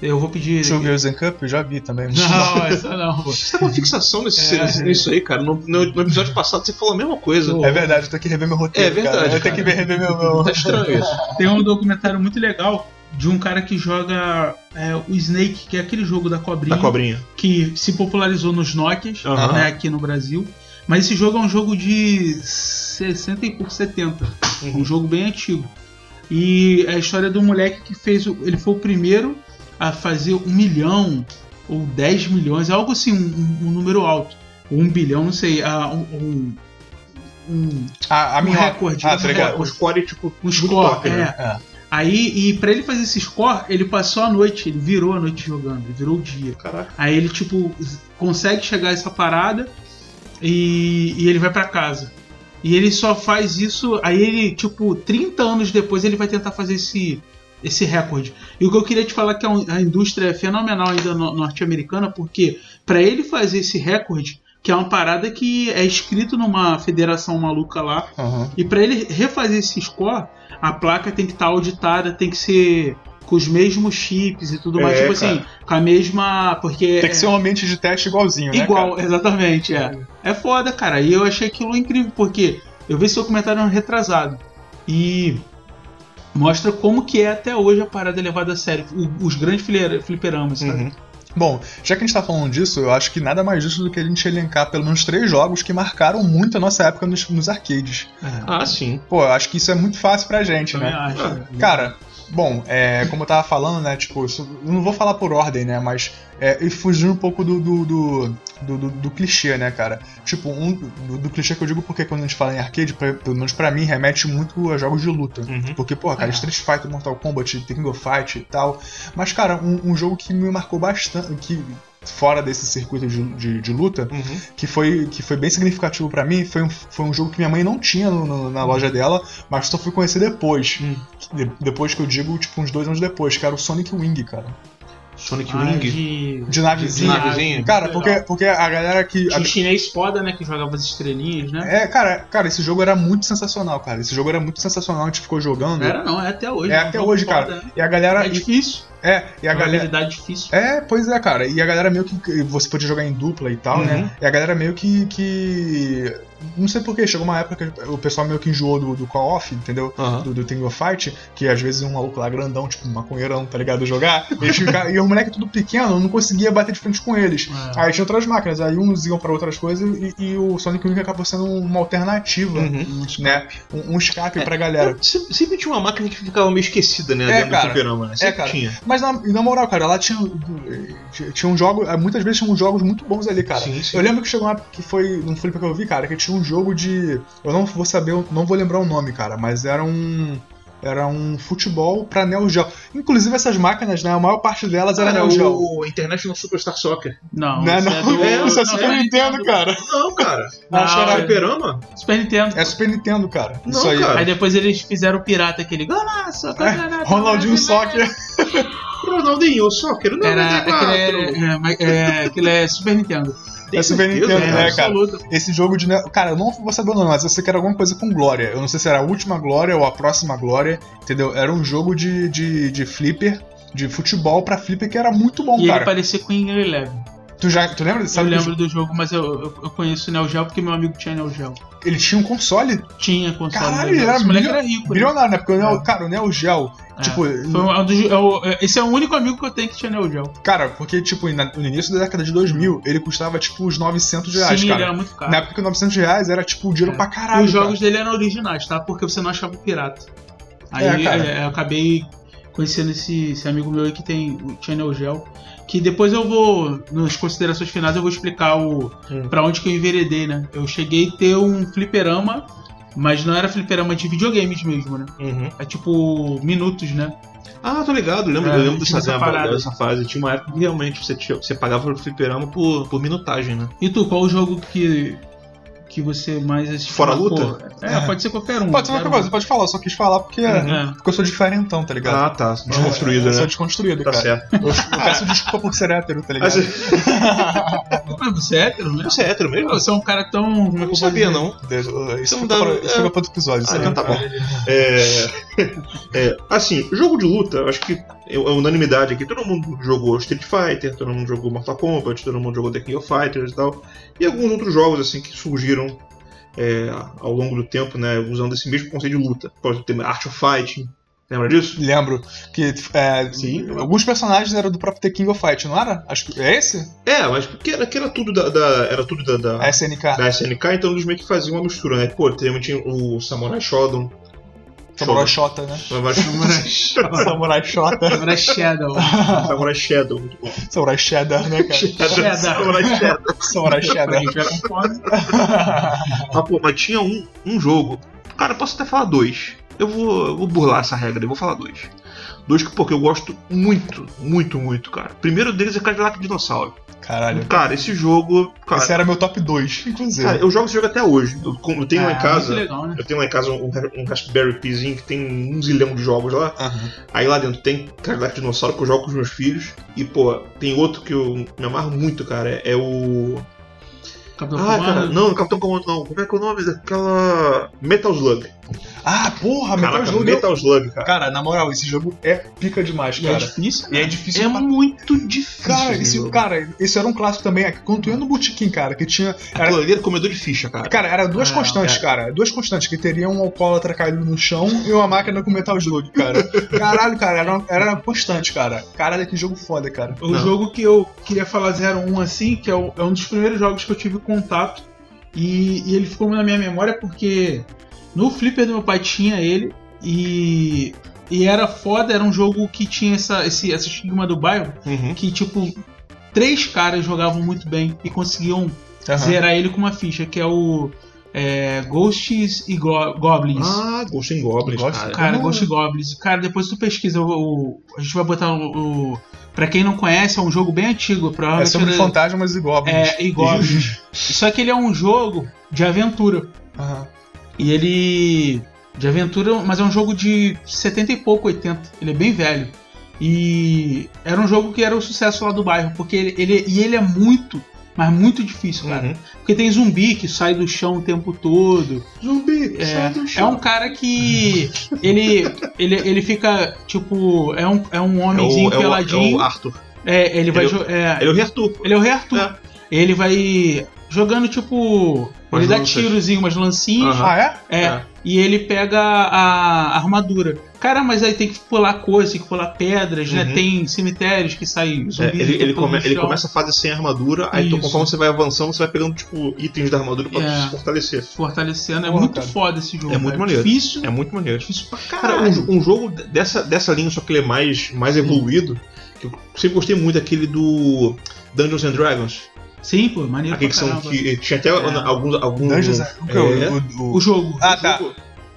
B: Eu vou pedir.
A: Two Girls and Cup, eu já vi também.
B: Não, essa não. pô.
C: Você tá com uma fixação nesse,
B: É.
C: nesse- nisso aí, cara. No, no- no episódio passado você falou a mesma coisa.
B: Pô.
A: É verdade, eu tenho que rever meu roteiro.
C: É verdade,
A: cara. Eu tenho
C: cara.
A: que ver- rever meu. meu...
C: Tá estranho isso.
B: Tem um documentário muito legal de um cara que joga é, o Snake, que é aquele jogo da cobrinha,
C: Da cobrinha.
B: que se popularizou nos Nokias,
C: Aham.
B: né, aqui no Brasil. Mas esse jogo é um jogo de 60 e por 70.
A: Uhum.
B: Um jogo bem antigo. E é a história do moleque que fez. o- Ele foi o primeiro a fazer um milhão ou 10 milhões, algo assim, um, um número alto. Ou um bilhão, não sei. ah, um, um, um,
A: A, a
B: um
A: minha.
B: recorde.
A: Ah,
B: um
A: tá ligado.
C: O
B: recorde,
C: score, tipo,
B: Um
C: muito
B: score.
C: top,
B: é.
C: né?
A: É.
B: Aí, e pra ele fazer esse score, ele passou a noite, ele virou a noite jogando, ele virou o dia.
C: Caraca.
B: Aí ele, tipo, consegue chegar a essa parada e, e ele vai pra casa. E ele só faz isso. Aí ele, tipo, 30 anos depois ele vai tentar fazer esse, esse recorde. E o que eu queria te falar é que a a indústria é fenomenal ainda no- norte-americana, porque pra ele fazer esse recorde, que é uma parada que é escrito numa federação maluca lá,
A: Aham.
B: e para ele refazer esse score, a placa tem que estar auditada, tem que ser com os mesmos chips e tudo mais,
C: É,
B: tipo assim, com a mesma, porque
A: Tem que ser um ambiente de teste igualzinho,
B: é
A: né?
B: igual, exatamente, é. É foda, cara. E eu achei aquilo incrível porque eu vi esse documentário retrasado e mostra como que é até hoje a parada levada a sério, o- os grandes fileira- fliperamas,
A: Cara?
B: sabe?
A: Uhum. Bom, já que a gente tá falando disso, eu acho que nada mais justo do que a gente elencar pelo menos três jogos que marcaram muito a nossa época nos, nos arcades.
C: Ah, sim.
A: Pô, eu acho que isso é muito fácil pra gente,
B: É, Também
A: né?
B: acho.
A: Cara, bom, é, como eu tava falando, né? Tipo, isso, eu não vou falar por ordem, né? Mas é, e fugir um pouco do do, do, do, do- do clichê, né, cara? Tipo, um, do, do clichê que eu digo porque quando a gente fala em arcade, pra- pelo menos pra mim, remete muito a jogos de luta.
C: Uhum.
A: Porque, porra, cara,
B: É.
A: Street Fighter, Mortal Kombat, The King of Fight e tal. Mas, cara, um, um jogo que me marcou bastante. Que, fora desse circuito de, de, de luta,
C: Uhum.
A: que foi, que foi bem significativo pra mim, foi um, foi um jogo que minha mãe não tinha no- no- na loja dela, mas só fui conhecer depois.
C: Hum.
A: De- depois que eu digo, tipo, uns dois anos depois, que era o Sonic Wing, cara.
C: Sonic
B: Ah,
C: Wing.
B: de...
A: De navezinha.
C: De navezinha?
A: Cara,
B: Legal.
A: porque, porque a galera que. a-
B: Tinha um chinês foda, né, que jogava as estrelinhas, né?
A: é, cara, cara, esse jogo era muito sensacional, cara. Esse jogo era muito sensacional, a gente ficou jogando.
B: Não era não, é até hoje.
A: É
B: um
A: até
B: jogo
A: hoje, cara.
B: foda, né?
A: E a galera.
B: É difícil.
A: É, e a
B: É uma
A: galera.
B: habilidade difícil.
A: É, pois é, cara. E a galera meio que. Você podia jogar em dupla e tal, né? E a galera meio que. que Não sei porquê, chegou uma época que o pessoal meio que enjoou do, do call-off, entendeu?
C: Aham.
A: Do, do King of Fight, que às vezes um maluco lá grandão, tipo um maconheirão, tá ligado? Jogar, eles ficavam, e o moleque tudo pequeno, eu não conseguia bater de frente com eles.
B: É.
A: Aí tinha outras máquinas, aí uns iam pra outras coisas e, e o Sonic Wing acabou sendo uma alternativa,
C: Uhum.
A: né? Um, um escape
C: É.
A: pra galera.
C: Sempre, sempre tinha uma máquina que ficava meio esquecida, né?
A: É,
C: dentro
A: cara.
C: do fliperama, né? Sempre
A: cara.
C: tinha.
A: Mas na, e na moral, cara, lá tinha, tinha um jogo, muitas vezes tinham jogos muito bons ali, cara.
C: Sim, sim.
A: Eu lembro que chegou uma época que foi num flip que eu vi, cara, que tinha um jogo de. Eu não vou saber, eu não vou lembrar o nome, cara, mas era um. Era um futebol pra Neo Geo. Inclusive essas máquinas, né? A maior parte delas era
C: Cara,
A: Neo Geo.
C: o International Superstar Soccer.
B: Não,
A: Né,
B: isso
A: não,
B: é do-
A: isso é
B: não,
A: Super Nintendo, cara.
C: Não, cara.
B: Não,
A: Acho que era-
B: é
C: Fliperama?
B: Super Nintendo.
A: É Super Nintendo, cara.
C: Não,
A: Isso aí. É,
C: cara.
B: Aí depois eles fizeram o pirata aquele golaço, tá, golaço,
A: Ronaldinho
B: golaço.
A: Soccer. é
C: Ronaldinho Soccer? Não,
B: tá, Era,
C: 94.
B: aquele, é, mas- é, aquele é Super Nintendo.
A: É Super
C: certeza?
A: Nintendo, né,
C: É,
A: cara?
B: absoluto.
A: Esse jogo de. Neo- Cara, eu não vou saber o nome, mas eu sei que era alguma coisa com Glória. Eu não sei se era a última Glória ou a próxima Glória, entendeu? Era um jogo de, de, de flipper, de futebol pra flipper que era muito bom,
B: E ele
A: cara.
B: parecia com Ingrid Eleven.
A: Tu, já, tu lembra desse?
B: Eu
A: Sabe que
B: lembro do jogo, mas eu, eu, eu conheço o Neo Geo porque meu amigo tinha Neo Geo.
A: Ele tinha um console
B: Tinha console.
A: Caralho,
B: Neo Geo.
A: ele era
B: Esse moleque
A: bilhão-
B: era rico. né?
A: bilionário, né? Porque o Neo,
B: É.
A: cara, o Neo Geo,
B: É.
A: tipo,
B: Foi um dos- é o- é- esse é o único amigo que eu tenho que tinha Neo Geo.
A: cara, porque, tipo, na- no início da década de 2000, ele custava, tipo, uns 900
B: Sim,
A: reais,
B: ele
A: cara.
B: era muito caro.
A: Na época que 900 reais era, tipo, dinheiro
B: É.
A: pra caralho,
B: e os jogos dele eram originais, tá? Porque você não achava o pirata. Aí
A: É, cara.
B: é, eu acabei conhecendo esse, esse amigo meu aí que tem o Channel Gel. Que depois eu vou, nas considerações finais, eu vou explicar o
A: Hum.
B: pra onde que eu enveredei, né? Eu cheguei a ter um fliperama, mas não era fliperama de videogames mesmo, né? É tipo minutos, né?
C: Ah, tô ligado, lembro,
B: É,
C: eu lembro
B: tinha
C: dessa,
B: essa
C: parada.
B: parada.
C: dessa fase. Tinha uma época que realmente você, tinha- você pagava o fliperama por, por minutagem, né?
B: E tu, qual o jogo que, que você mais assistiu?
C: Fora a
B: Pô,
C: luta?
B: É,
A: É.
B: pode ser qualquer um.
A: Pode ser outra
B: qualquer
A: coisa, pode falar, eu só quis falar porque,
B: um. É.
A: porque eu sou diferentão, tá ligado?
C: Ah, tá. Desconstruído,
A: Eu sou
C: né?
A: desconstruído,
C: Tá
A: cara.
C: certo.
A: Eu, eu peço desculpa por ser hétero, tá ligado?
C: Mas
B: Mas você é hétero, né?
C: você é hétero mesmo?
B: Você é um cara tão.
C: Eu não sabia, não.
A: De- Isso
C: Então
A: fica
C: dá-
A: pra- isso
C: é.
A: fica pra outro episódio,
C: Ah,
A: isso aí.
C: então tá bom. É, é, assim, jogo de luta, eu acho que é é unanimidade aqui. Todo mundo jogou Street Fighter, todo mundo jogou Mortal Kombat, todo mundo jogou The King of Fighters e tal. E alguns outros jogos assim que surgiram é, ao longo do tempo, né? Usando esse mesmo conceito de luta. Pode ter Art of Fighting, lembra disso?
A: Lembro que é,
C: Sim.
A: alguns personagens eram do próprio The King of Fight, não era? Acho que é esse?
C: É, mas porque era, que era tudo da, da- Era tudo da. da-
A: A
B: É.
A: SNK.
C: da SNK, então eles meio que faziam uma mistura, né? Pô, também tinha o Samurai Shodown.
A: Samurai Shota, né?
C: Samurai
B: Samurai
A: Samurai Shota.
B: Samurai Shadow.
C: Samurai Shadow, muito bom.
A: Samurai Cheddar, né, cara?
B: Shadow.
C: Samurai Shadow.
A: Samurai Cheddar.
C: Ah, pô, mas tinha um, um jogo. Cara, eu posso até falar dois. Eu vou, eu vou burlar essa regra e vou falar dois. Dois que, pô, que eu gosto muito, muito, muito, cara. Primeiro deles é Cadillac Dinossauro.
A: Caralho.
C: Cara, esse jogo. Cara,
B: é
A: Esse era meu top 2,
C: cara,
A: inclusive.
C: eu jogo esse jogo até hoje. Eu, com- eu tenho lá um em
B: Muito
C: casa.
B: legal, né?
C: Eu tenho lá em casa um, um Raspberry Pizinho que tem um zilhão de jogos lá.
A: Aham.
C: Aí lá dentro tem Cadillac Dinossauro que eu jogo com os meus filhos. E, pô, tem outro que eu me amarro muito, cara. É, é o.
B: Capitão
C: Ah, cara,
B: Comando.
C: não, Capitão Comando não. Como é que é o nome daquela. Metal Slug.
A: Ah, porra,
C: Caraca,
A: Metal Slug. deu-
C: Metal Slug, cara.
A: Cara, na moral, esse jogo é pica demais,
B: E é
A: cara.
B: difícil,
A: E
B: né?
A: é difícil
B: É
A: pra
B: muito difícil.
A: Cara,
C: esse
A: esse,
C: jogo.
A: cara, esse era um clássico também. é que Quando tu ia no botequim, cara, que tinha. Era,
C: Aquilo ali era comedor de ficha, cara.
A: cara, era duas
B: Ah,
A: constantes,
C: é.
A: cara. Duas constantes, que teria um alcoólatra caído no chão e uma máquina com metal slug, cara. Caralho, cara, era, uma- era uma constante, cara. Caralho, que jogo foda, cara.
B: O
C: Não.
B: jogo que eu queria falar 01 assim, que é, o- é um dos primeiros jogos que eu tive contato. E, e ele ficou na minha memória porque no Flipper do meu pai tinha ele. E, e era foda, era um jogo que tinha essa, esse, essa estigma do bairro.
C: Uhum.
B: Que tipo, três caras jogavam muito bem e conseguiam
A: Aham.
B: zerar ele com uma ficha, que é o é, Ghosts e Go- Goblins.
C: Ah, Ghost and Goblins,
A: Gosto,
C: cara.
B: cara,
A: como-
B: Ghosts e Goblins. Cara, depois tu pesquisa, o, o- a gente vai botar o, o... Pra quem não conhece, é um jogo bem antigo,
A: É
B: provavelmente...
A: sobre
B: era-
A: fantasmas e goblins.
B: é, e Goblins. Só que ele é um jogo de aventura.
A: Aham.
B: E ele. De aventura, mas é um jogo de 70 e pouco, 80. Ele é bem velho. E era um jogo que era o sucesso lá do bairro. Porque ele, ele- e ele é muito, mas muito difícil, cara.
C: Uhum.
B: Porque tem zumbi que sai do chão o tempo todo.
C: Zumbi,
B: É,
C: sai do
B: É
C: chão.
B: um cara que. ele, ele, ele fica, tipo. É um, é um
C: é
B: homenzinho
C: o, é o
B: peladinho.
C: Arthur.
B: É, ele vai.
C: ele é
B: jo- é,
C: Ele é o Rei Arthur.
B: ele é o Rei Arthur.
C: É.
B: Ele vai jogando tipo.
C: Umas
B: ele dá
C: lanças.
B: tirozinho, umas lancinhas.
C: Aham.
A: Ah, é?
B: É,
C: É.
B: E ele pega a, a armadura. Cara, mas aí tem que pular coisas, tem que pular pedras, né?
C: Uhum.
B: Tem cemitérios que saem.
C: É,
B: zumbis
C: ele,
B: que
C: ele,
B: pulam
C: come-
B: no
C: ele
B: chão.
C: começa a fazer sem armadura, aí tu,
B: Isso.
C: conforme você vai avançando, você vai pegando tipo itens da armadura pra
B: É.
C: se fortalecer.
B: Fortalecendo. É
A: Porra,
B: muito
A: cara.
B: foda esse jogo.
C: É muito
B: cara.
C: maneiro.
B: Difícil.
C: É muito maneiro.
B: Difícil pra caralho.
C: Cara, um, jo- um jogo dessa, dessa linha, só que ele é mais, mais evoluído, que eu sempre gostei muito, aquele do Dungeons and Dragons.
B: Sim, pô, maneiro
C: Aquele
B: pra
C: que são.
B: caramba.
C: Que, tinha até alguns. alguns
A: Dungeons and
C: É.
A: o- o-
B: O
A: o-
B: jogo.
A: Ah, tá.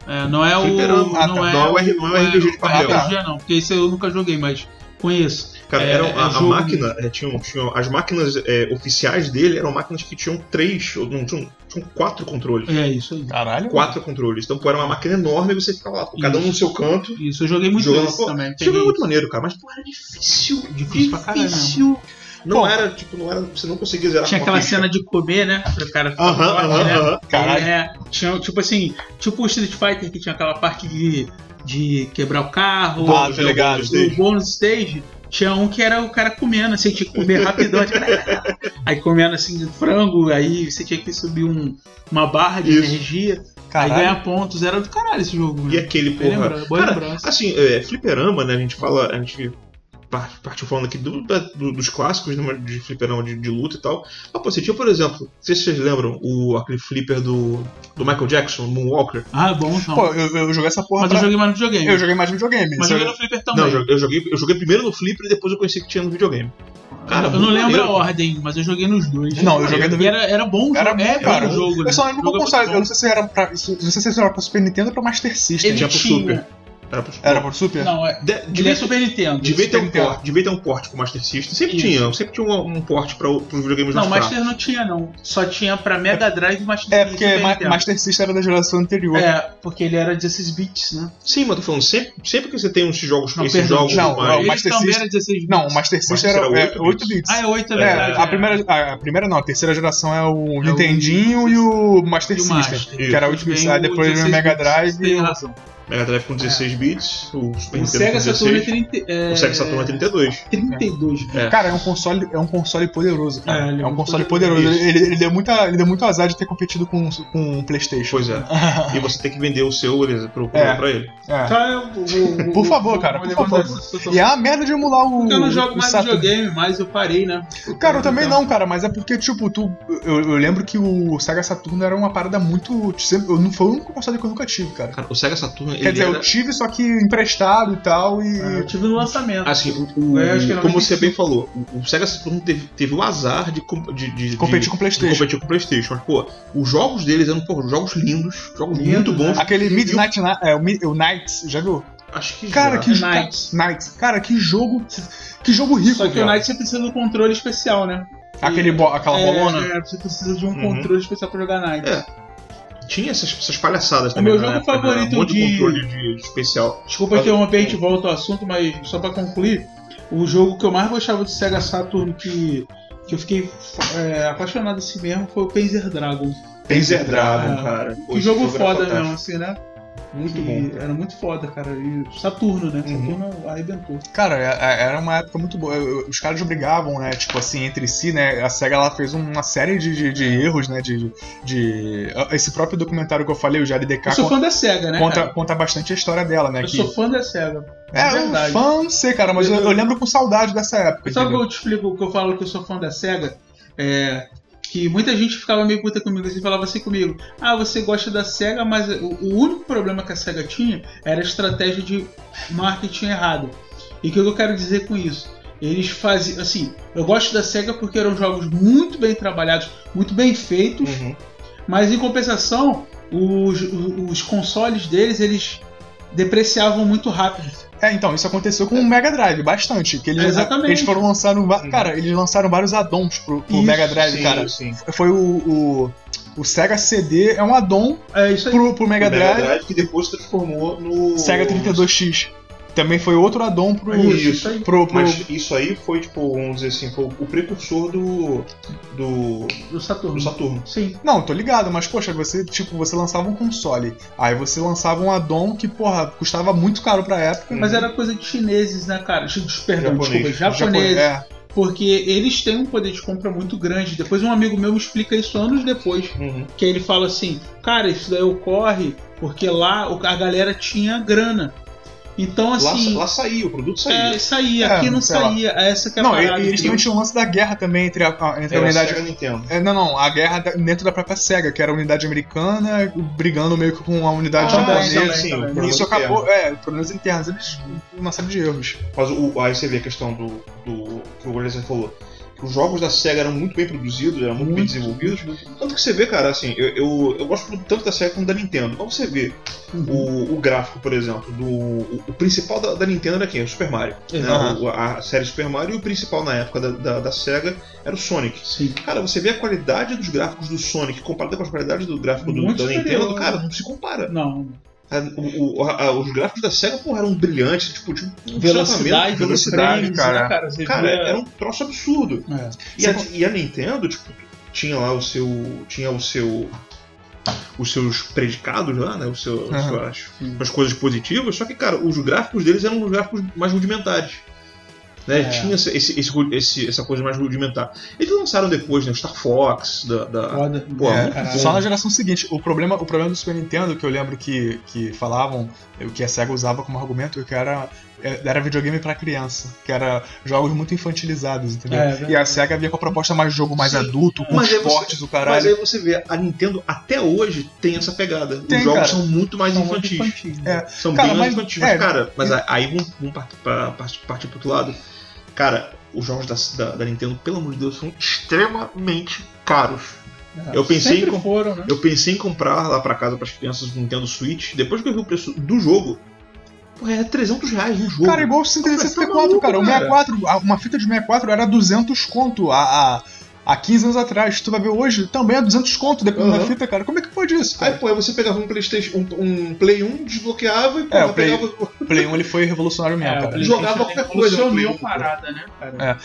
B: É, não é o.
C: Fliperama,
A: ah,
B: não,
A: tá.
B: é
C: Não é o R- não é o RPG de papel.
B: RPG não, porque esse eu nunca joguei, mas conheço.
C: Cara,
B: É,
C: era
B: é
C: a, a
B: jogo-
C: máquina, é, tinha, um- tinha- as máquinas é, oficiais dele eram máquinas que tinham três, ou não, tinham, tinham quatro controles.
B: É isso
C: Tá,
B: aí.
A: Caralho.
C: Quatro controles. Então, pô, era uma máquina enorme e você ficava lá, pô, cada um no
B: Isso.
C: seu canto.
B: Isso, eu joguei muito
C: Jogando-
B: esse
C: pô,
B: também.
C: Esse jogo é
B: peguei
C: muito maneiro, cara, mas pô, era difícil.
B: Difícil pra caralho mesmo.
C: Difícil. Não
A: Pô.
C: era, tipo, não era. Você não conseguia zerar
B: Tinha
C: com
B: aquela
C: uma ficha.
B: cena de comer, né? Pro cara ficar
C: Aham,
B: forte,
C: aham,
B: né?
C: aham.
A: Caralho.
B: É, tinha, tipo assim, tipo o Street Fighter que tinha aquela parte de, de quebrar o carro,
A: Ah,
C: Bônus,
A: tá
C: né,
A: ligado.
C: bônus
B: o
C: stage.
B: bônus stage. Tinha um que era o cara comendo, assim, tinha que comer rapidão. tipo, aí comendo assim frango, aí você tinha que subir um- uma barra de
C: Isso.
B: energia, aí
A: Caralho.
B: ganhar pontos. Era do caralho esse jogo,
C: E
B: mano.
C: aquele,
B: Bem
C: porra.
B: lembrança, boa
C: cara,
B: lembrança.
C: assim, é, fliperama, né? A gente fala. A gente par- partiu falando aqui do- da- do- dos clássicos né, de fliperama de, de luta e tal. Mas, pô, você tinha, por exemplo, não sei se vocês lembram o, aquele flipper do, do Michael Jackson, Moonwalker.
B: Ah, é bom então.
A: Pô, eu, eu joguei essa porra
B: Mas eu
A: pra...
B: joguei mais no videogame.
A: Eu joguei mais no videogame.
B: mas
A: isso
B: joguei
A: eu-
B: no Flipper
C: Não,
B: também.
C: eu joguei- eu joguei, eu joguei primeiro no flipper e depois eu conheci que tinha no videogame. Cara,
B: eu não
C: muito
B: lembro
C: maneiro,
B: a ordem, mas eu joguei nos dois.
A: Não, eu joguei no
B: E Era, era bom o
A: Era
B: jogo.
A: bom,
B: é,
A: cara.
B: o jogo, né?
A: Eu só lembro
B: O jogo
A: que eu
B: é
A: console.
B: muito bom.
A: Eu não sei se era pra. isso- Não sei se era pra Super Nintendo ou pra Master System.
B: Ele
C: Tinha pro
B: tinha-
C: Super. Era pro
A: Era pro Super?
B: Não, é,
C: De-
B: ele é
C: devia,
B: Super Nintendo.
C: devia ter um
A: Super
C: port, devia ter um port pro Master System. Sempre
B: Isso.
C: tinha, sempre tinha um, um port para os videogames
B: Não,
C: mais fracos.
B: Master não tinha, não. Só tinha pra Mega Drive e Master
A: É,
B: System
A: porque
B: Super
A: Ma-
B: Nintendo.
A: Master System era da geração anterior.
B: É, porque ele era 16 bits, né?
C: Sim, mas tô falando, sempre, sempre que você tem uns jogos,
B: Não,
C: esses
B: perdão,
C: jogos
A: não,
C: mais-
A: não,
B: ele
A: Master
B: também
A: System-
B: era 16 bits.
A: Não, o Master System era,
C: era
A: é, 8 bits.
B: Ah, é 8, é
A: É,
B: verdade.
A: a primeira, a, a primeira não, a terceira geração é o
B: o
A: Nintendinho e o Master
B: E o
A: System,
B: Master.
A: que era o
B: Depois
A: último,
B: vem
A: aí depois veio o
B: 16
A: Mega
B: bits.
A: Drive
B: Tem
A: e o-
B: razão.
C: Mega Drive com 16 bits, o Super
B: O
C: Nintendo
B: Sega
C: com
B: Saturn
C: 16,
B: é 30, é...
C: o Sega Saturn é 32.
B: 32.
C: É.
A: Cara, é um console, é um console poderoso, cara. É,
B: É, ele é
A: um
B: muito
A: console
C: poderoso.
A: poderoso. Ele, ele deu muita, ele deu muito azar de ter competido com com o PlayStation.
C: Pois é. E você tem que vender o seu beleza, pro, pro,
A: É.
C: pra ele.
A: É.
B: Tá, eu vou- vou-
A: Por favor,
B: vou-
A: cara,
B: vou
A: por favor.
B: levantar essa situação.
A: E é uma merda de emular o.
B: Porque eu não
A: o
B: jogo mais
A: Saturn.
B: videogame, mas eu parei, né?
A: Cara, eu também não, cara, mas é porque, tipo, tu. Eu, eu lembro que o Sega Saturno era uma parada muito. sempre- Eu não foi o único console que eu nunca tive, cara.
C: Cara, o Sega Saturn, ele
A: Quer dizer,
C: era-
A: eu tive, só que emprestado e tal, e.
B: é, Eu tive no lançamento.
C: Assim, o- o-
B: É, acho que era
C: como você
B: 95.
C: bem falou, o, o Sega Saturn teve, teve o azar de, com- de,
B: É.
C: de,
A: competir com o
C: de, de
A: PlayStation.
C: competir com o Playstation. Mas, pô, os jogos deles eram pô, jogos lindos, jogos
B: Lindo,
C: muito bons.
B: né?
A: Aquele Midnight Ni- é, o, Mi- o Nights, já viu?
C: Acho que
A: Cara,
C: já.
A: que jogo.
B: Knights.
A: Nights. Cara, que jogo. Que jogo rico,
B: Só que o
A: velho.
B: Knight você precisa de um controle especial, né?
A: Aquele bo- aquela
B: é,
A: bolona.
B: É, você precisa de um
C: Uhum.
B: controle especial pra jogar Knight.
C: É. tinha essas, essas palhaçadas
B: O
C: também.
B: meu
C: na
B: jogo
C: época, né?
B: favorito
C: um monte
B: de-
C: de controle de, de
A: É,
C: especial.
B: Desculpa interromper, a gente volta ao assunto, mas só pra concluir, o jogo que eu mais gostava do Sega Saturn que, que eu fiquei é, apaixonado assim mesmo foi o Panzer Dragon.
C: Panzer
B: Dragon,
C: Dragon,
B: cara.
C: cara.
B: que jogo foda mesmo, assim, né?
C: Muito
B: Que
C: bom.
B: Era muito foda, cara. E Saturno, né?
C: Uhum.
B: Saturno arrebentou.
A: Cara, é- é- era uma época muito boa. Eu- eu- Os caras brigavam, né? Tipo assim, entre si, né? A SEGA ela fez uma série de, de- de erros, né? De, de- Esse próprio documentário que eu falei, o
B: Eu
A: JDK,
B: sou fã da SEGA, né?
A: conta,
B: cara?
A: conta bastante a história dela, né?
B: Eu
A: que-
B: sou fã da SEGA.
A: É,
B: de
A: eu
B: verdade. é
A: fã não sei, cara, mas eu, eu lembro com saudade dessa época.
B: Sabe que
A: entendeu?
B: eu te explico que eu falo que eu sou fã da SEGA? É, que muita gente ficava meio puta comigo, assim, falava assim comigo, ah, você gosta da SEGA, mas o, o único problema que a SEGA tinha era a estratégia de marketing errada. E o que eu quero dizer com isso? Eles faziam, assim, eu gosto da SEGA porque eram jogos muito bem trabalhados, muito bem feitos,
C: Uhum.
B: mas em compensação, os, os consoles deles, eles depreciavam muito rápido.
A: É, então, isso aconteceu com o Mega Drive, bastante. Que eles,
B: Exatamente.
A: Eles foram lançando. va-
C: Uhum.
A: Cara, eles lançaram vários addons pro, pro
B: Isso,
A: Mega Drive,
C: sim,
A: cara.
C: sim.
A: Foi o, o. o Sega CD é um addon
B: É isso aí.
A: pro, pro Mega
C: Mega
A: Drive.
C: Drive que depois se transformou no.
A: Sega 32X. Também foi outro addon pro.
C: Isso.
B: aí.
A: pro, pro
C: Mas isso aí foi, tipo, vamos dizer assim, foi o precursor do. do.
B: Do Saturno.
C: do Saturno.
B: Sim.
A: Não, tô ligado, mas poxa, você, tipo, você lançava um console. Aí você lançava um addon que, porra, custava muito caro pra época.
B: Mas era coisa de chineses, né, cara? Ch- Perdão,
C: Japonês.
B: desculpa, japoneses.
A: Japo- é.
B: Porque eles têm um poder de compra muito grande. Depois um amigo meu me explica isso anos depois.
C: Uhum.
B: Que ele fala assim, cara, isso daí ocorre porque lá o- a galera tinha grana. Então
C: Lá,
B: assim.
C: lá saía, o produto saía.
B: é, saía,
A: É,
B: aqui não
A: sei lá.
B: saía. Essa que é a
A: Não, e,
B: parada.
A: e eles também tinham o lance da guerra também entre a, a- entre a
C: Era
A: unidade.
C: Então, Sega Nintendo.
A: É, não, não, a guerra da- dentro da própria SEGA, que era a unidade americana brigando meio que com a
C: Ah,
A: unidade
B: também,
A: japonesa.
B: também,
C: sim,
B: também.
C: por
A: E isso
C: muito tempo.
A: acabou, é, problemas internos, eles uma série de erros.
C: Mas o, aí você vê a questão do, do que o Gorelson falou. Que os jogos da SEGA eram muito bem produzidos, eram muito, bem desenvolvidos. Tanto que você vê, cara, assim, eu, eu, eu gosto tanto da SEGA quanto da Nintendo. Então você vê o, o gráfico, por exemplo, do. O, o principal da, da Nintendo era quem? O Super Mario. né?
A: Exato.
C: O- a série Super Mario e o principal na época da, da, da SEGA era o Sonic.
B: Sim.
C: Cara, você vê a qualidade dos gráficos do Sonic comparada com a qualidade do gráfico do,
B: Muito
C: da
B: superior,
C: Nintendo,
B: né?
C: cara, não se compara.
B: Não.
C: A- o- o- a- os gráficos da SEGA porra, eram brilhantes, tipo, tinha um
B: Velocidade,
C: tratamento, velocidade.
A: frames, né,
B: cara? Você
C: Cara,
B: via-
C: era um troço absurdo.
B: É.
C: E a, e a Nintendo, tipo, tinha lá o seu. Tinha o seu. Os seus predicados lá, né? Os seus,
A: Aham.
C: suas, as coisas positivas, só que, cara, os gráficos deles eram os gráficos mais rudimentares. Né?
B: É.
C: Tinha esse, esse- esse- esse- essa coisa mais rudimentar. Eles lançaram depois, né? O Star Fox, da. da-
B: Foda.
C: Pô,
A: É,
C: muito
B: caralho.
A: só na geração seguinte. O problema, o problema do Super Nintendo, que eu lembro que, que falavam, o que a SEGA usava como argumento, que era, é, era videogame pra criança, que era jogos muito infantilizados, entendeu?
B: É, verdade.
A: e a SEGA vinha com a proposta mais de jogo mais
C: Sim,
A: adulto, com
C: mas aí
A: esportes, o
C: Mas
A: caralho.
C: aí você vê, a Nintendo até hoje tem essa pegada.
A: Tem,
C: Os jogos
A: cara.
C: são muito mais
B: São muito
C: infantis.
B: infantis. né?
A: É.
C: São
A: Cara,
C: bem mais
A: mas-
C: infantis, mas,
A: é,
C: cara, mas a- aí vamos, vamos partir, pra, partir, partir pro outro lado. Cara, os jogos da, da- da Nintendo, pelo amor de Deus, são extremamente caros.
B: É.
C: Eu pensei
B: Sempre
C: em-
B: foram, né?
C: Eu pensei em comprar lá pra casa pras crianças o Nintendo Switch, depois que eu vi o preço do jogo, porra, era 300 reais um jogo.
A: Cara, é igual o 64, cara. O
C: Tá
A: 64, a- uma fita de 64 era 200 conto há, há, há 15 anos atrás. Tu vai ver hoje, também é 200 conto, dependendo da
C: Aham.
A: fita, cara. Como é que pode isso,
C: Aí,
A: cara?
C: pô, aí você pegava um Playstation, um, um Play 1, desbloqueava e porra,
A: É, o Play-
C: pegava.
A: O Play 1 ele foi revolucionário mesmo,
B: É, o
A: cara.
B: PlayStation
C: Jogava qualquer
B: revolucionou
C: coisa no Play,
B: a parada, né, cara?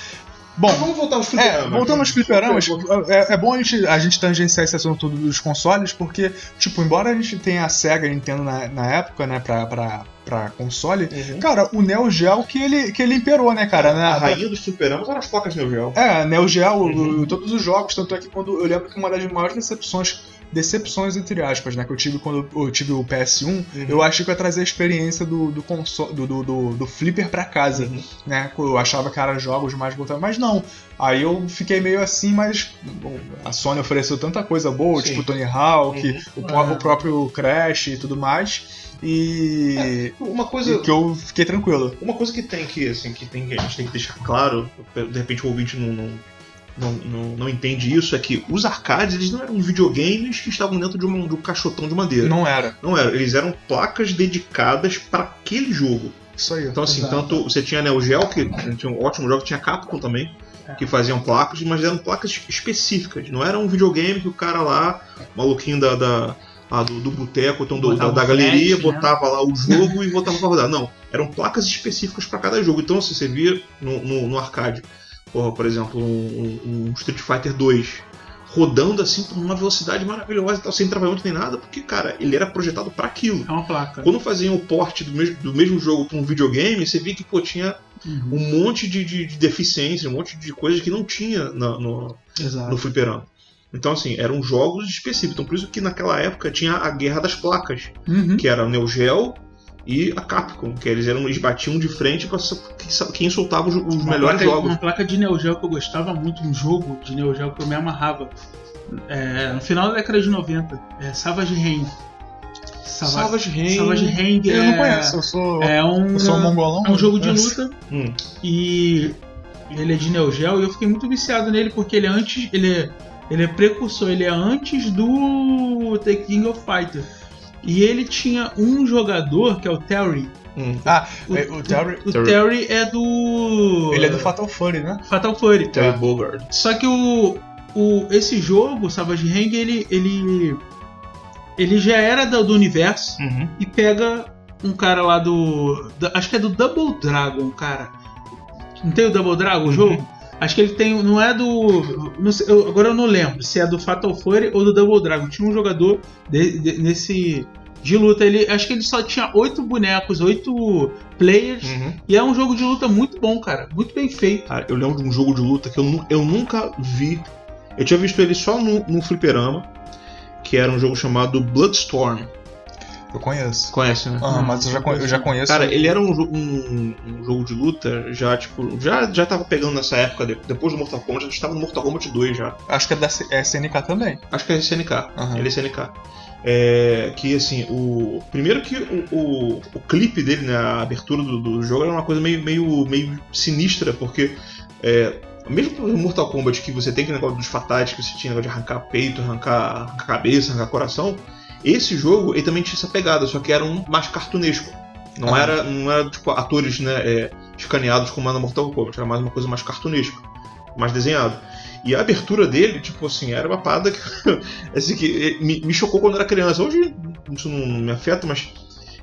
A: Bom,
C: Vamos voltar aos
A: É,
C: fliperamas.
A: voltando aos fliperamas, é, é bom a gente, a gente tangenciar esse assunto todo dos consoles, porque, tipo, embora a gente tenha a SEGA e a Nintendo na, na época, né, pra, pra, pra console,
C: Uhum.
A: cara, o Neo Geo que ele, que ele imperou, né, cara? Na,
C: A rainha dos fliperamas eram as placas Neo Geo.
A: É, Neo Geo,
C: Uhum.
A: o- todos os jogos, tanto é que quando eu lembro que uma das maiores decepções, decepções entre aspas, né, que eu tive quando eu tive o PS1,
C: Uhum.
A: eu achei que eu ia trazer a experiência do do console, do, do, do- do flipper pra casa,
C: Uhum.
A: né? Eu achava que era jogos mais voltados, mas não. Aí eu fiquei meio assim, mas bom, a Sony ofereceu tanta coisa boa,
C: Sim.
A: tipo Tony Hawk,
C: Uhum.
A: o, pró-
B: É.
A: o próprio Crash e tudo mais, e,
C: Uma coisa.
A: e que eu fiquei tranquilo.
C: Uma coisa que tem que, assim, que, tem que a gente tem que deixar claro, de repente o ouvinte não, não, não, não- não entende isso, é que os arcades eles não eram videogames que estavam dentro de um, de um caixotão de madeira. Não.
A: Não era.
C: eram, eles eram placas dedicadas para aquele jogo.
A: Isso aí.
C: Então, assim,
B: Exato.
C: tanto você tinha Neo Geo, que tinha um ótimo jogo, tinha Capcom também,
B: É.
C: que faziam placas, mas eram placas específicas. Não era um videogame que o cara lá, maluquinho da, da, lá do, do boteco, então do- da,
B: Botava
C: da
B: um
C: galeria,
B: flash, né?
C: botava lá o jogo e botava pra rodar. Não, eram placas específicas para cada jogo. Então, assim, você via no, no, no arcade, porra, por exemplo, um, um- um Street Fighter 2 rodando assim por uma velocidade maravilhosa e tal, sem travamento nem nada, porque, cara, ele era projetado para aquilo.
B: É uma placa.
C: Quando faziam o porte do mesmo, do mesmo jogo para um videogame, você via que pô, tinha
B: Uhum.
C: um monte de, de, de deficiência, um monte de coisa que não tinha na- no,
B: Exato.
C: no fliperama. Então, assim, eram jogos específicos. Então, por isso que naquela época tinha a guerra das placas,
B: Uhum.
C: que era o Neo Geo e a Capcom, que eles, eram, eles batiam de frente para quem soltava os, os
B: Uma
C: melhores
B: placa,
C: jogos.
B: Uma placa de Neo Geo que eu gostava muito, um jogo de Neo Geo que eu me amarrava. É, no final da década de 90, é Savage Rain. Savage,
C: Salvage Reign.
B: Savage Rain
A: eu
B: é,
A: não conheço, eu sou,
B: É um,
A: eu sou um mongolão.
B: é um jogo de
A: né?
B: luta
C: Hum.
B: e ele é de Neo Geo e eu fiquei muito viciado nele porque ele é antes. Ele é, ele é precursor, ele é antes do The King of Fighter. E ele tinha um jogador que é o Terry.
C: Hum.
A: É, o Terry-
B: o
C: Terry.
B: Terry é do.
A: Ele é do Fatal Fury, né?
B: Fatal Fury.
C: Terry Bogard.
B: Só que o, o esse jogo, o Savage Hang, ele ele ele já era do, do universo e pega um cara lá do, da- acho que é do Double Dragon, cara. Não tem o Double Dragon
C: Uhum.
B: o jogo? Acho que ele tem, não é do, não sei, eu- agora eu não lembro se é do Fatal Fury ou do Double Dragon. Tinha um jogador de- de- nesse de luta. Ele, acho que ele só tinha oito bonecos, oito players.
C: Uhum.
B: E é um jogo de luta muito bom, cara. Muito bem feito.
C: Cara, eu lembro de um jogo de luta que eu, nu- eu nunca vi. Eu tinha visto ele só no, no fliperama, que era um jogo chamado Bloodstorm.
A: Eu conheço.
C: Conhece, né?
A: Ah, mas eu já, con- eu já conheço.
C: Cara, ele era um, jo- um- um jogo de luta já, tipo, já, já tava pegando nessa época, de- depois do Mortal Kombat, a gente tava no Mortal Kombat 2 já.
A: Acho que é da C- é SNK também.
C: Acho que é SNK.
A: Aham.
C: Ele é SNK. É, que assim, o. Primeiro que o, o, o clipe dele, né, a abertura do, do jogo era uma coisa meio, meio, meio sinistra, porque é, mesmo no Mortal Kombat que você tem aquele negócio dos fatais que você tinha negócio de arrancar peito, arrancar, arrancar cabeça, arrancar coração, esse jogo ele também tinha essa pegada, só que era um mais cartunesco. Não
A: Aham.
C: era, não era tipo, atores né, é, escaneados como era no Mortal Kombat, era mais uma coisa mais cartunesca, mais desenhado. E a abertura dele, tipo assim, era uma parada que, assim, que me, me chocou quando era criança. Hoje isso não, não me afeta, mas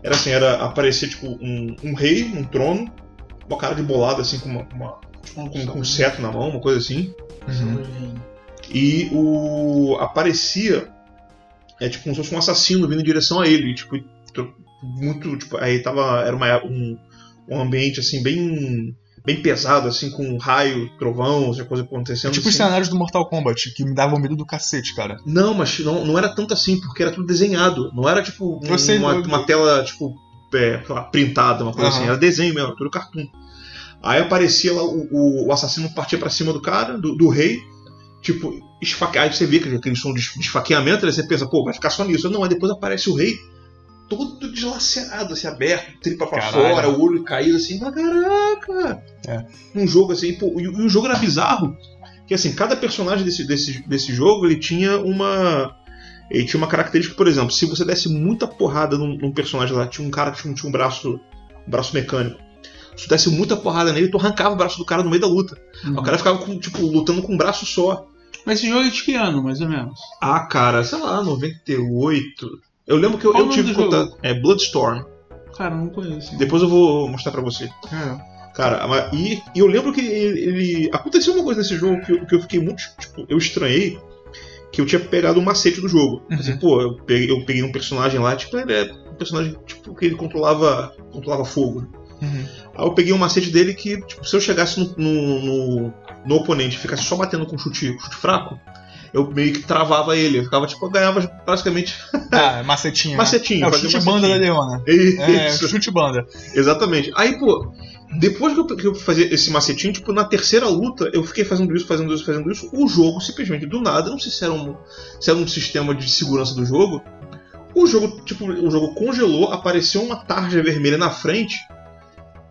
C: era assim, era aparecer tipo um, um rei, um trono, uma cara de bolado assim, com, uma, uma- tipo, com- com um seto na mão, uma coisa assim.
A: Uhum.
C: E o aparecia é tipo como se fosse um assassino vindo em direção a ele, tipo tro- muito tipo aí tava era uma- um, um ambiente assim bem bem pesado assim com raio, trovão, essa coisa acontecendo.
A: Tipo os
C: assim.
A: cenários do Mortal Kombat, que me davam medo do cacete, cara.
C: Não, mas não, não era tanto assim, porque era tudo desenhado. Não era tipo um-
A: Eu sei,
C: uma,
A: eu-
C: uma tela tipo é, sei lá, printada, uma coisa
A: Aham.
C: assim. Era desenho mesmo, era tudo cartoon. Aí aparecia lá o, o- o assassino partia pra cima do cara, do, do rei, tipo, esfaque... aí você vê que aquele som de es- de esfaqueamento, aí você pensa, pô, vai ficar só nisso. Não, aí depois aparece o rei todo dilacerado, assim, aberto, tripa pra
A: Caralho.
C: fora, o olho caído, assim, fala, caraca!
A: É.
C: Um jogo assim, pô, e, e o jogo era bizarro, que assim, cada personagem desse, desse, desse jogo, ele tinha uma... Ele tinha uma característica, por exemplo, se você desse muita porrada num, num personagem lá, tinha um cara que tinha, um- tinha um braço um braço mecânico. Se tu desse muita porrada nele, tu arrancava o braço do cara no meio da luta.
A: Uhum.
C: O cara ficava, com, tipo, lutando com um braço só.
B: Mas esse jogo é de que ano, mais ou menos?
C: Ah, cara, sei lá, 98. Eu lembro que eu,
B: Qual
C: eu
B: o nome
C: tive
B: do jogo?
C: contato. É Bloodstorm.
B: Cara, eu não conheço.
C: Depois eu vou mostrar pra você.
B: É.
C: Cara, mas- e, e eu lembro que ele, ele- Aconteceu uma coisa nesse jogo que eu, que eu fiquei muito. Tipo, eu estranhei que eu tinha pegado o macete do jogo.
A: Uhum.
C: Assim, pô, eu peguei, eu peguei um personagem lá, tipo, ele é um personagem tipo, que ele controlava, controlava fogo. né?
A: Uhum.
C: Aí eu peguei um macete dele que, tipo, se eu chegasse no, no, no, no oponente e ficasse só batendo com um chute, chute fraco, eu meio que travava ele. Eu ficava, tipo, eu ganhava basicamente
A: Ah, macetinha. né?
C: macetinho.
A: É o
C: fazia
A: chute banda da
C: macetinho.
A: Leona. É,
C: Isso,
A: o chute banda.
C: exatamente. Aí, pô, depois que eu, que eu fazia esse macetinho, tipo, na terceira luta, eu fiquei fazendo isso, fazendo isso, fazendo isso. O jogo, simplesmente, do nada, não sei se era um, se era um sistema de segurança do jogo. O jogo, tipo, o jogo congelou, apareceu uma tarja vermelha na frente.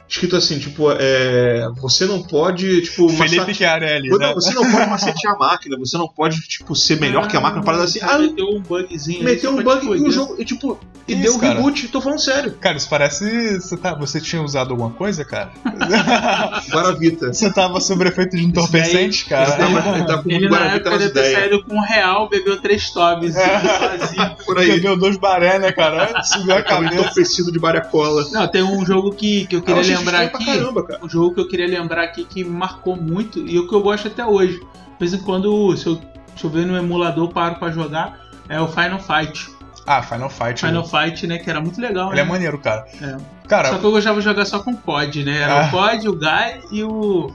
C: Escrito assim, tipo, é, você não pode, tipo, macetar-
A: Felipe Chiarelli,
C: Ou
A: né?
C: não, você não pode macetear a máquina, você não pode, tipo, ser melhor que a máquina, parada assim. Ah,
B: meteu um bugzinho. ali,
C: meteu
B: só
C: um
B: pra
C: bug
B: te
C: e o
B: foder.
C: jogo, e tipo, e
A: Isso,
C: deu
A: cara.
C: reboot, tô falando sério.
A: Cara, isso parece. Você, tá- você tinha usado alguma coisa, cara? Ah, assim,
C: Guaravita.
A: você tava sobre efeito de entorpecente,
C: Ele
A: cara?
C: tava- ele tá com
B: Ele
C: um
B: na
C: Guaravita
B: época
C: nas
B: deve ter
C: ideias.
B: saído com um real, bebeu três tobs.
A: É.
B: sozinho.
C: Por aí.
A: Bebeu dois baré, né, cara? Subiu a
C: Tava
A: cabeça.
C: entorpecido de bariacola.
B: Não, tem um jogo que, que eu
C: Ah, eu
B: queria
C: achei
B: lembrar
C: estranho pra
B: aqui.
C: caramba, cara.
B: um jogo que eu queria lembrar aqui que marcou muito e é o que eu gosto até hoje. De vez em quando, se eu, se eu ver no emulador, paro pra jogar. É o Final Fight.
A: Ah, Final Fight.
B: Final Fight, né? Que era muito legal.
A: Ele é
B: né?
A: maneiro, cara.
B: É. Só
A: Cara,
B: que eu gostava de jogar só com o COD, né?
A: Ah.
B: Era o COD, o Guy e o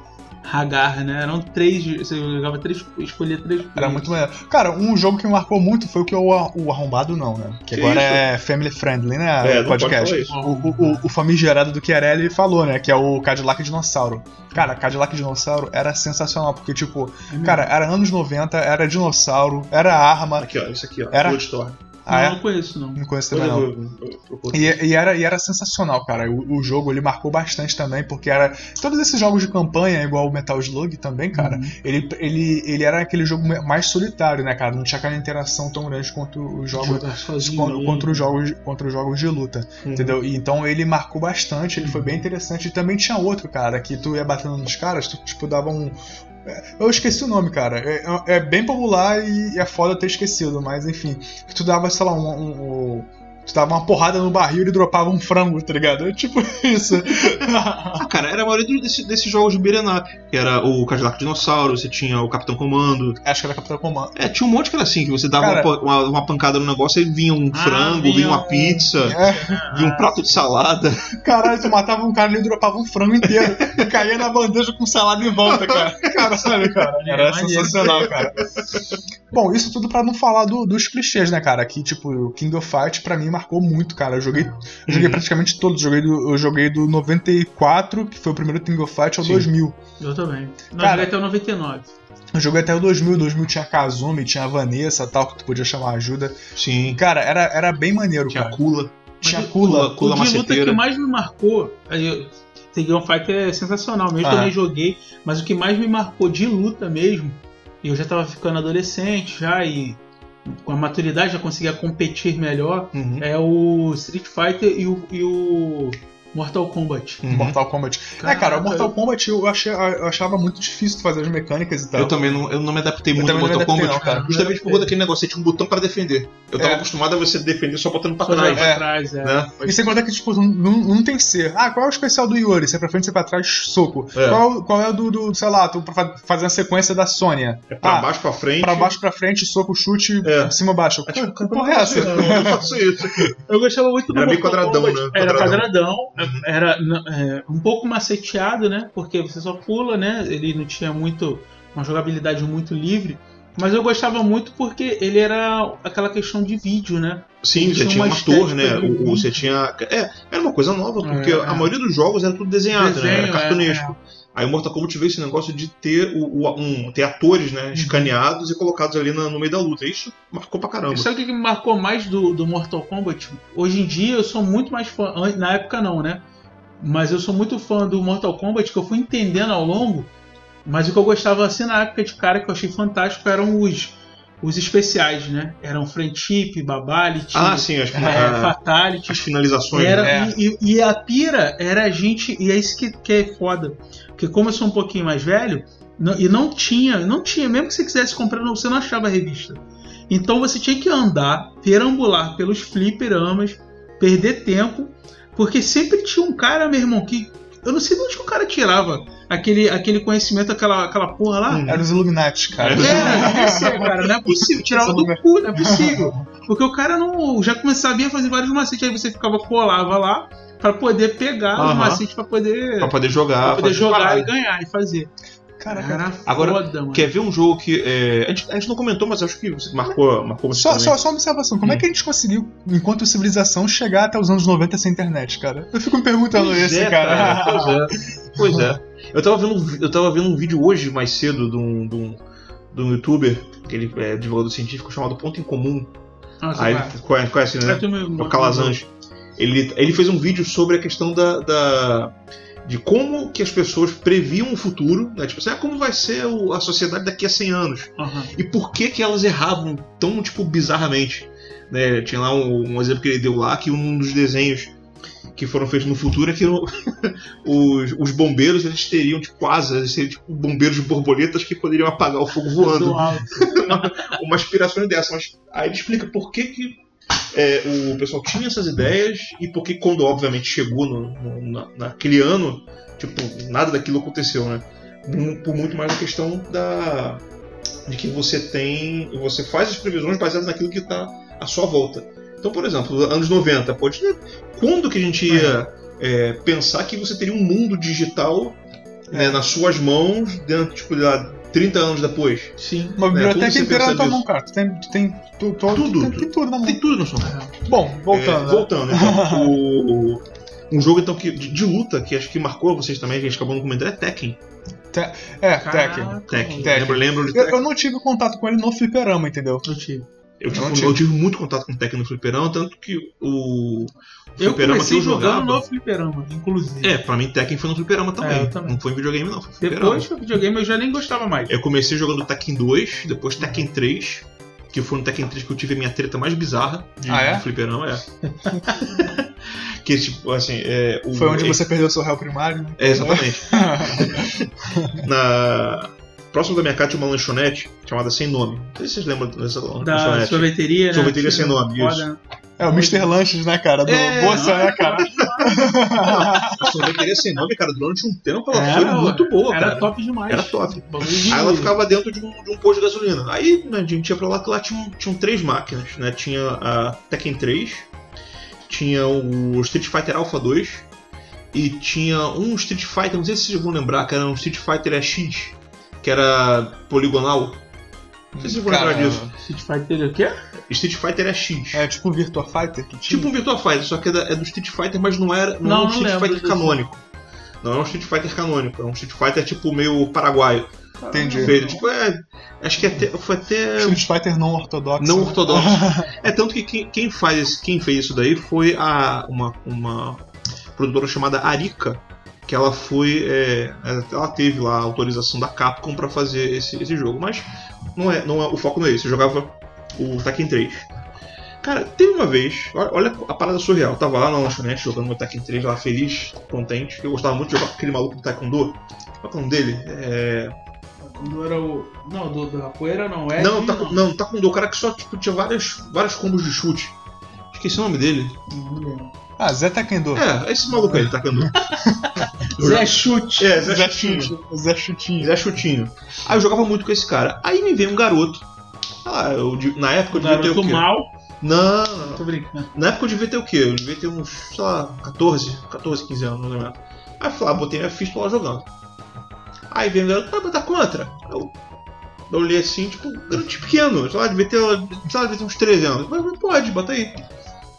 B: Hagar, né? Eram três. Você jogava três. Escolhia três.
A: era muito maneiro. Cara, um jogo que me marcou muito foi o que o, Ar- o Arrombado Não, né? Que
C: Que
A: agora
C: isso?
A: é Family Friendly, né?
C: É,
A: o
C: não pode
A: podcast.
C: falar isso.
A: o, o, o- o famigerado do Chiarelli falou, né? Que é o Cadillac Dinossauro. Cara, Cadillac Dinossauro era sensacional, porque, tipo,
B: Hum.
A: cara, era anos 90, era dinossauro, era
B: Hum.
A: arma.
C: Aqui, ó, isso aqui, ó.
A: Era-
C: Bloodstorm.
B: Não,
A: Ah,
B: eu
A: é?
B: não conheço, não.
A: Não conheço
C: Depois
A: também,
C: eu
A: não.
C: vou- eu procuro.
A: E, e era, e era sensacional, cara. O, o jogo ele marcou bastante também, porque era. Todos esses jogos de campanha, igual o Metal Slug também, cara, ele, ele, ele era aquele jogo mais solitário, né, cara? Não tinha aquela interação tão grande quanto os jogos.
B: Jogar
A: Contra,
B: sozinho.
A: contra os jogos, contra os jogos de luta.
C: Uhum.
A: Entendeu? E Então ele marcou bastante, ele foi bem interessante. E também tinha outro, cara, que tu ia batendo nos caras, tu tipo dava um. é, Eu esqueci o nome, cara. É, é bem popular e é foda eu ter esquecido, mas enfim. Que tu dava, sei lá, um. um- um- Tu dava uma porrada no barril e ele dropava um frango, tá ligado? É tipo isso.
C: Ah, cara, era a maioria desse- desses jogos de Berená. Que era o Cadillac Dinossauro, você tinha o Capitão Comando.
A: Acho que era Capitão Comando.
C: É, tinha um monte que era assim, que você dava
A: Cara.
C: uma, pa- uma- uma pancada no negócio e vinha um
B: Ah,
C: frango,
B: vinha
C: vinha uma
B: um-
C: pizza,
A: É,
C: vinha um prato de salada.
A: caralho, tu matava um cara e ele dropava um frango inteiro. E caía na bandeja com salada em volta, cara. Caralho, cara. Era
B: Maneiro.
A: sensacional, cara. Bom, isso tudo pra não falar do- dos clichês, né, cara? Que, tipo, o King of Fight pra mim marcou muito, cara. Eu joguei, eu joguei
C: Uhum.
A: praticamente todos. Joguei do, eu joguei do 94, que foi o primeiro King of Fight, ao
C: Sim.
A: 2000.
B: Eu também. Nós
A: Cara-
B: joguei até o 99.
A: Eu joguei até o 2000. 2000 tinha a Kazumi, tinha a Vanessa tal, que tu podia chamar ajuda.
C: Sim,
A: Cara, era, era bem maneiro,
C: tinha
A: cara.
C: cula.
A: Tinha
B: Mas
A: Kula.
C: Kula
B: o de luta
C: maceteira.
B: que mais me marcou. aí eu- Tekken on Fight é sensacional mesmo,
A: Ah.
B: também joguei. Mas o que mais me marcou de luta mesmo, eu já tava ficando adolescente já e com a maturidade já conseguia competir melhor,
A: Uhum.
B: é o Street Fighter e o, e o Mortal Kombat.
C: Uhum.
A: Mortal Kombat. é, cara, o Mortal Kombat eu, achei- eu achava muito difícil fazer as mecânicas e tal.
C: Eu
B: Tá.
C: também não, eu não me adaptei muito ao
A: também não me
C: Mortal
A: adaptei,
C: Kombat.
A: não, cara.
C: Justamente por conta daquele negócio, você tinha um botão pra defender. Eu tava
A: É.
C: acostumado a você defender só botando pra
B: Só jogar
C: trás.
B: pra
A: É.
B: trás, é.
C: Né?
A: E sem contar que, tipo, não, não- não tem C. Ah, qual é o especial do Yuri? Se é pra frente, se é pra trás, soco.
C: É.
A: Qual, qual é o do, do, sei lá, tu pra fa- fazer a sequência da Sônia?
C: É pra
A: Ah,
C: baixo, pra frente.
A: Pra baixo, pra frente, soco, chute,
C: É.
A: cima, baixo.
C: É tipo,
A: que porra é essa?
C: Não, eu não faço isso.
B: Eu gostava muito do
C: Era meio
B: Mortal
C: quadradão,
B: Kombat.
C: né?
B: Era
C: Quadradão. Uhum.
B: quadradão, era não, é, um pouco maceteado, né? Porque você só pula, né? Ele não tinha muito uma jogabilidade muito livre. Mas eu gostava muito porque ele era aquela questão de vídeo, né?
C: Sim, você
B: Tinha
C: tinha
B: uma
C: uma torre, né?
B: estética
C: O,
B: muito-
C: o- você tinha. É, era uma coisa nova, porque
B: É.
C: a maioria dos jogos era tudo desenhado, né? Era
B: Desenho, é,
C: cartunesco. Aí o Mortal Kombat veio esse negócio de ter, o, o- um, ter atores,
B: Uhum.
C: né? Escaneados e colocados ali na- no meio da luta. Isso marcou pra caramba.
B: E sabe o que que me marcou mais do, do Mortal Kombat? Hoje em dia eu sou muito mais fã. an- Na época não, né? Mas eu sou muito fã do Mortal Kombat que eu fui entendendo ao longo. Mas o que eu gostava assim na época de cara que eu achei fantástico eram os, os especiais, né? Eram Friendship, Babality,
C: Ah, sim, as,
B: é,
C: a-
B: Fatality.
C: as finalizações.
B: Era,
C: né?
A: né?
B: e, e- e a pira era a gente. E é isso que, que é foda. Porque como eu sou um pouquinho mais velho, não- e não tinha, não tinha, mesmo que você quisesse comprar, não- você não achava a revista. Então você tinha que andar, perambular pelos fliperamas, perder tempo, porque sempre tinha um cara, meu irmão, que. Eu não sei de onde que o cara tirava aquele, aquele conhecimento, aquela, aquela porra lá.
C: Hum.
A: Era os Illuminati, cara.
C: É.
B: É, isso é, cara, não é possível, tirava do cu, não é possível. Porque o cara não já começava sabia fazer vários macetes, aí você ficava colava lá pra poder pegar os
C: Aham.
B: macetes pra poder,
C: né, Pra poder jogar.
B: pra poder
C: fazer
B: jogar
C: parada.
B: e ganhar e fazer.
A: Caraca.
C: Agora,
B: foda, mano.
C: Quer ver um jogo que. é, a, gente, a gente não comentou, mas acho que você marcou, marcou você
A: Só,
C: também. Hum.
A: só, só uma observação, como é que a gente conseguiu, enquanto civilização, chegar até os anos 90 sem internet, cara? Eu fico me perguntando
C: Pois
A: isso,
C: é,
A: cara.
C: Pois é. Pois é. Eu tava vendo, um vi- eu tava vendo um vídeo hoje mais cedo de um, de um, de um youtuber, que ele é divulgador científico, chamado Ponto em Comum.
B: Nossa,
C: Aí
B: cara.
C: conhece, conhece,
B: Será
C: né?
B: que eu me-
C: É o Calazans. Ele, ele fez um vídeo sobre a questão da, da- de como que as pessoas previam o futuro, né? Tipo assim, ah, como vai ser o- a sociedade daqui a 100 anos?
B: Aham.
C: e por que que elas erravam tão, tipo, bizarramente. né? Tinha lá um, um exemplo que ele deu lá, que um dos desenhos que foram feitos no futuro é que o- os, os bombeiros, eles teriam, tipo, asas, eles seriam, tipo, bombeiros de borboletas que poderiam apagar o fogo voando.
B: Do alto.
C: Uma aspiração dessa, mas aí ele explica por que que é, o pessoal tinha essas ideias e por que quando, obviamente, chegou no- no- na- naquele ano, tipo, nada daquilo aconteceu, né? Por- Por muito mais a questão da, de que você tem. Você faz as previsões baseadas naquilo que está à sua volta. Então, por exemplo, anos 90, pode ter- quando que a gente ia é, pensar que você teria um mundo digital né, nas suas mãos dentro, tipo, lá, 30 anos depois?
B: Sim.
A: Uma
C: É, tudo
A: biblioteca
C: você
A: inteira na
C: pensa
A: tua
C: nisso.
A: mão, cara. Tu tem, tu tem tu, tu-
C: Tudo,
A: tu tem, tem tudo na mão.
C: Tem tudo na sua mão.
A: Bom,
C: É,
A: voltando. né?
C: voltando, então, o- o- um jogo então que, de, de luta que acho que marcou vocês também, que a gente acabou não comentando, é Tekken.
A: É, Tekken.
B: Caraca,
C: Tekken.
A: Tekken.
C: Lembro, lembro de
A: Eu,
C: Tekken.
A: eu não tive contato com ele no fliperama, entendeu?
B: Eu tive.
C: Eu tive,
A: não tive.
C: eu tive muito contato com Tekken no Fliperão, tanto que o. o
B: Eu
C: fliperama
B: comecei
C: que eu jogava-
B: jogando no fliperama, inclusive.
C: É, pra mim Tekken foi no fliperama também.
B: É, eu também.
C: Não foi em videogame, não. Foi no fliperama.
B: Depois que eu videogame eu já nem gostava mais.
C: Eu comecei jogando Tekken 2, depois Tekken 3, que foi no Tekken 3 que eu tive a minha treta mais bizarra de
A: Ah, é?
C: fliperama, é. que tipo, assim, é. o-
A: Foi onde você perdeu seu réu primário. né?
C: É, exatamente. Na. Próximo da minha casa tinha uma lanchonete chamada Sem Nome. Não sei se vocês lembram dessa lan-
B: Da
C: lanchonete.
B: sorveteria, né?
C: é Sorveteria sem nome,
B: Foda, né?
A: É o Mr. Lanches, né, cara? Do
C: É,
A: Bolsa, né, cara?
C: A sorveteria sem nome, cara, durante um tempo ela
B: Era,
C: foi muito boa,
B: Era
C: cara.
B: top demais.
C: Era top.
B: Bagulho de-
C: Aí ela ficava dentro de um, de um posto de gasolina. Aí né, a gente ia pra lá, que lá tinham, tinham um três máquinas, né? Tinha a Tekken 3, tinha o Street Fighter Alpha 2 e tinha um Street Fighter, não sei se vocês vão lembrar, que era um Street Fighter EX, que era poligonal. Não sei se vocês vão lembrar
A: Cara,
C: disso.
B: Street Fighter o quê?
C: Street Fighter EX.
A: É tipo o Virtua Fighter que tinha.
C: Tipo um Virtua Fighter, só que é, da- é do Street Fighter, mas não era não,
B: Não,
C: é um
B: não
C: Street
B: lembro
C: Fighter
B: desse.
C: canônico. Não é um Street Fighter canônico, é um Street Fighter tipo meio paraguaio.
A: Entendi.
C: Feito, tipo, é, acho que até, foi até
A: Street Fighter não ortodoxo.
C: não
A: né?
C: ortodoxo. É tanto que quem, quem faz esse- quem fez isso daí foi a uma, uma produtora chamada Arica, que ela foi é, ela teve lá a autorização da Capcom pra fazer esse, esse jogo, mas não é, não é o foco não é esse. Eu jogava o Tekken 3. Cara, teve uma vez, olha, olha a parada surreal. Eu tava lá na lanchonete jogando meu Tekken 3 lá feliz, contente. Eu gostava muito de jogar com aquele maluco do Taekwondo. Qual que é o nome dele? É,
B: Quando era o. Não, do, do Rapoeira não é.
C: não, tá, com- não, tá com o cara que só tipo, tinha vários, vários combos de chute. Esqueci o nome dele.
A: Ah, Zé Taekwondo.
C: É, esse maluco aí, tá cando.
B: Zé Chute.
C: É, Zé
A: Zé
C: Chutinho.
A: Chutinho. Zé Chutinho.
C: Zé Chutinho. Aí eu jogava muito com esse cara. Aí me veio um garoto. Ah, eu, de- na época eu devia ter o
B: Garoto
C: quê?
B: mal.
C: Não, não, não.
B: Tô brincando.
C: Na época eu devia ter o quê? Eu devia ter uns, sei lá, 14, 14, 15 anos, não lembro. Aí eu fui lá, botei minha ficha tô lá jogando. Aí veio o garoto, tá, botar contra. Aí Eu, eu olhei assim, tipo, garoto pequeno, sei lá, devia ter, sei lá, devia ter uns 13 anos. Mas não pode, bota aí.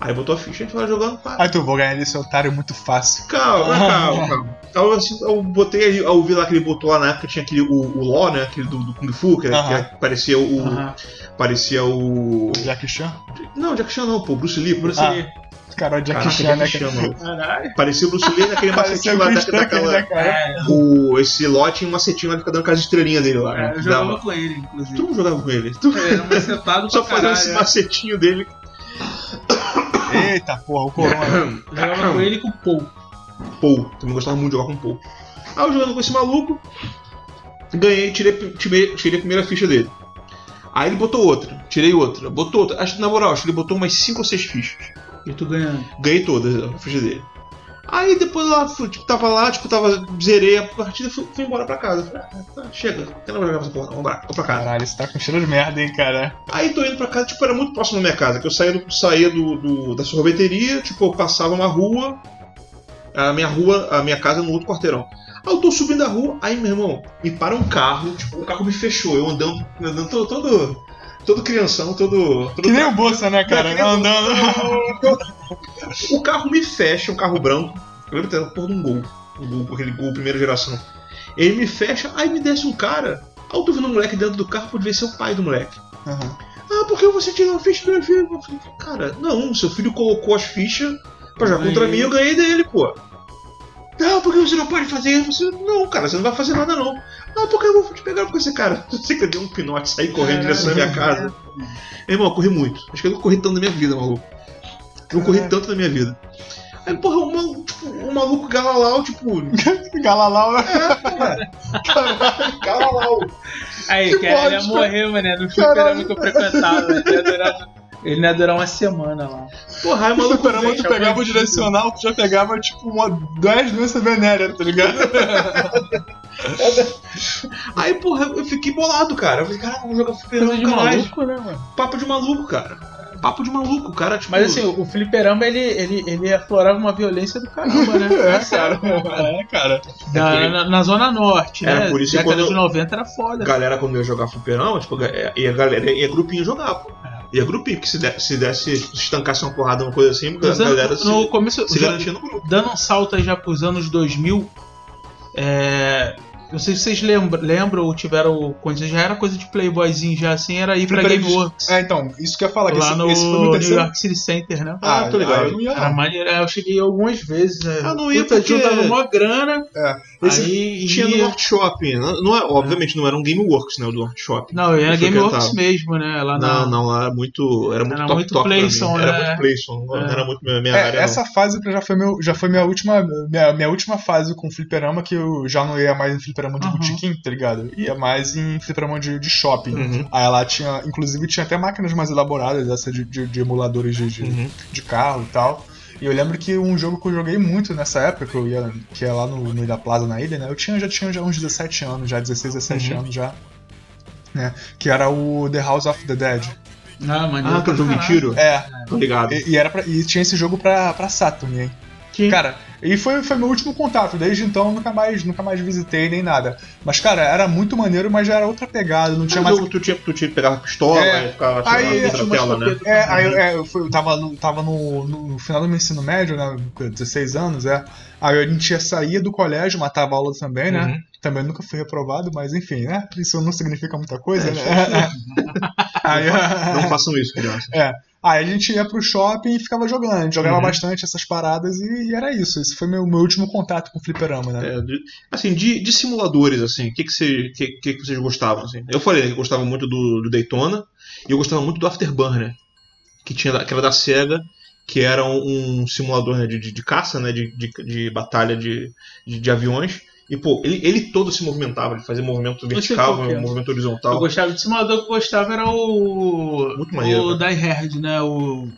C: Aí botou a ficha, a gente foi lá jogando, pá,
A: Ai, tu Ah, então vou ganhar nesse otário muito fácil.
C: Calma, calma, calma. Aí eu, assim, eu botei ali, eu vi lá que ele botou lá na época, tinha aquele, o, o Law, né? Aquele do, do Kung Fu, que, era,
A: Aham.
C: que parecia o.
B: Aham.
C: Parecia o.
A: Jack Chan?
C: Não, Jack Chan não, pô, Bruce Lee. Bruce
B: Bruce
A: Ah.
B: Lee.
A: Cara, o Jack
C: Caraca,
A: Chan, né?
C: Jack
A: cara?
C: Chan, mano.
B: Caralho.
C: Parecia o Bruce Lee naquele
A: Parecia
C: macetinho
A: o
C: lá
A: Chris
C: da,
A: Tucker,
C: daquela.
A: né, cara?
C: O, esse Law tinha um macetinho lá que ficava dando aquelas estrelinhas dele
A: É,
C: lá. né?
B: é, Eu
C: Dava.
B: jogava com ele, inclusive.
C: Tu não jogava com ele. Tu
B: Era um acertado
C: só
B: pra
C: fazia
B: caralho. é.
C: esse
A: é.
C: macetinho dele. É.
A: Eita porra, o Corona.
B: Eu jogava com ele e com o Paul.
C: Pou. Também gostava muito de jogar com Pou. Aí eu jogando com esse maluco, ganhei, tirei, tirei, tirei a primeira ficha dele. Aí ele botou outra, tirei outra, botou outra. Acho que na moral, acho que ele botou umas 5 ou 6 fichas.
B: E tu ganhando.
C: Ganhei todas a ficha dele. Aí depois lá, fui, tipo, tava lá, tipo, tava, zerei a partida e fui, fui embora pra casa. Falei, ah, tá, chega, eu não vou jogar essa porra, não, vamos embora, tô pra casa.
A: Caralho, você tá com cheiro de merda, hein, cara.
C: Aí tô indo pra casa, tipo, era muito próximo da minha casa, que eu saía, do, saía do, do- da sorveteria, tipo, eu passava uma rua, a minha rua, a minha casa no outro quarteirão. Aí eu tô subindo a rua, aí meu irmão, me para um carro, tipo, o carro me fechou, eu andando, andando todo, todo, todo crianção, todo. todo
A: Que nem o Bolsa, né, cara?
C: É, que nem o
A: Andando.
C: O carro me fecha, um carro branco. Eu lembro que era uma porra de um gol. Um gol, aquele gol primeira geração. Ele me fecha, aí me desce um cara. Aí eu tô vendo um moleque dentro do carro, pode ver ser o pai do moleque.
A: Aham.
C: Ah, porque você tirou a ficha do meu filho? Eu falei, cara, não, seu filho colocou as fichas pra jogar
B: Ganhei.
C: contra mim eu ganhei dele, pô. Não, porque você não pode fazer isso. Você- Não, cara, você não vai fazer nada, não. Ah, porque eu vou te pegar com esse cara. Você que eu dei um pinote, saí correndo em direção à minha casa. Meu irmão, eu corri muito. Acho que eu nunca corri tanto na minha vida, maluco. Eu não corri
A: Caraca.
C: tanto na minha vida. Aí, porra, um maluco, tipo, um maluco galalau, tipo.
A: Galalau, né?
C: É, Caralho, galalau.
B: Aí,
C: Que
B: cara, ele ia
C: bosta.
B: morrer, mané, no
A: Caralho.
B: fliperama que eu frequentava. Ele ia durar, ele ia durar uma semana lá.
C: Porra, aí o
A: O
C: maluco.
A: Superama
C: vem,
A: tu pegava o direcional, tu já pegava tipo uma 10 doenças venéreas, tá ligado?
C: Aí, porra, eu fiquei bolado, cara. Eu falei, caraca, um eu vou jogar fliperama nunca mais.
A: né, mano?
C: Papo de maluco, cara. Papo de maluco, o cara, tipo.
B: Mas assim, o fliperama, ele, ele, ele aflorava uma violência do caramba, né?
A: É, cara. É, cara.
B: Na, na- na Zona Norte,
C: Era
B: né?
C: por isso que
B: década
C: quando-
B: de 90 era foda.
C: galera quando ia jogar fliperama, tipo, é- ia galera ia grupinho jogar, pô.
B: É.
C: Ia grupinho, porque se, de, se desse, se estancasse uma porrada, uma coisa assim, a
B: Nos anos-
C: galera se,
B: é, no começo,
C: se
B: já-
C: garantia no grupo.
B: dando um salto aí já pros anos 2000, é, não sei se vocês lembra- lembram ou tiveram condições, já era coisa de playboyzinho, já assim, era ir pra
A: Fliperama-
B: Gameworks.
A: É, então, isso que eu ia falar, que
B: lá
A: esse,
B: no
A: esse foi o meu
B: New
A: terceiro.
B: York City Center, né?
C: Ah, tô ligado.
A: eu não ia,
B: Era
A: não.
B: maneiro, é, eu cheguei algumas vezes. né?
C: Ah, não ia
B: Puta,
C: porque-
B: juntava mó grana,
C: Esse
B: aí
C: tinha no
B: ia...
C: North Shopping, não, não é- obviamente não era um Gameworks, né, o do North Shopping.
B: Não, era
C: Eu
B: Gameworks
C: frequentava.
B: mesmo, né? Lá na...
C: Não, não, lá era muito, era muito
B: Era
C: top
B: muito
C: top pra mim.
B: Playson,
C: Era
B: né?
C: muito Playson, não
B: É.
C: era muito minha, minha
A: É,
C: área. não.
A: essa fase já foi, meu, já foi minha, última, minha, minha última fase com o fliperama, que eu já não ia mais em fliperama de
B: Aham.
A: botequim, tá ligado? Ia mais em fliperama de, de shopping.
C: Uhum.
A: Aí lá tinha, inclusive tinha até máquinas mais elaboradas, essa de, de, de emuladores de, de,
C: Uhum.
A: de carro e tal. E eu lembro que um jogo que eu joguei muito nessa época, que eu ia, que é lá no, no Ilha Plaza, na ilha, né? Eu tinha, já tinha já uns 17 anos, já 16, 17
C: Uhum.
A: anos já. Né? Que era o The House of the Dead.
B: Ah, maneiro.
C: Ah, que é um jogo de
B: Caraca.
C: tiro?
A: É,
C: Tô ligado.
A: e, e era pra- e tinha esse jogo pra, pra Saturn, hein?
C: né?
B: Que-
A: Cara, e foi, foi meu último contato. Desde então eu nunca mais, nunca mais visitei nem nada. Mas, cara, era muito maneiro, mas já era outra pegada, não tinha
C: Tinha
A: mais.
C: jogo, tu, tinha, tu tinha que pegar a pistola
A: É.
C: e ficava
A: Aí,
C: atirando
A: é,
C: contra a tela, né?
A: É, aí eu- é, eu, fui- eu tava, no, tava no, no- no final do meu ensino médio, né? com 16 anos, é. Aí a gente ia sair do colégio, matava aula também, né?
C: Uhum.
A: Também nunca fui reprovado, mas enfim, né? Isso não significa muita coisa,
C: É,
A: né? aí,
C: Não façam isso, criança.
A: é. Aí a gente ia pro shopping e ficava jogando. A gente jogava
C: Uhum.
A: bastante essas paradas e, e era isso. Esse foi meu, meu último contato com o fliperama, né?
C: É, de- assim, de, de simuladores, assim, o que, que, cê- que, que que vocês gostavam? Assim? Eu falei né, que eu gostava muito do, do Daytona e eu gostava muito do Afterburner, né, que, tinha, da- que era da SEGA, que era um, um simulador né, de, de, de caça, né, de, de, de batalha de, de, de aviões. E, pô, ele, ele todo se movimentava, ele fazia movimento
B: sei
C: vertical,
B: qual que é.
C: movimento
B: Eu
C: horizontal.
B: gostava de simulador que eu gostava era o.
C: Muito maneiro,
B: O Die Hard, né? O.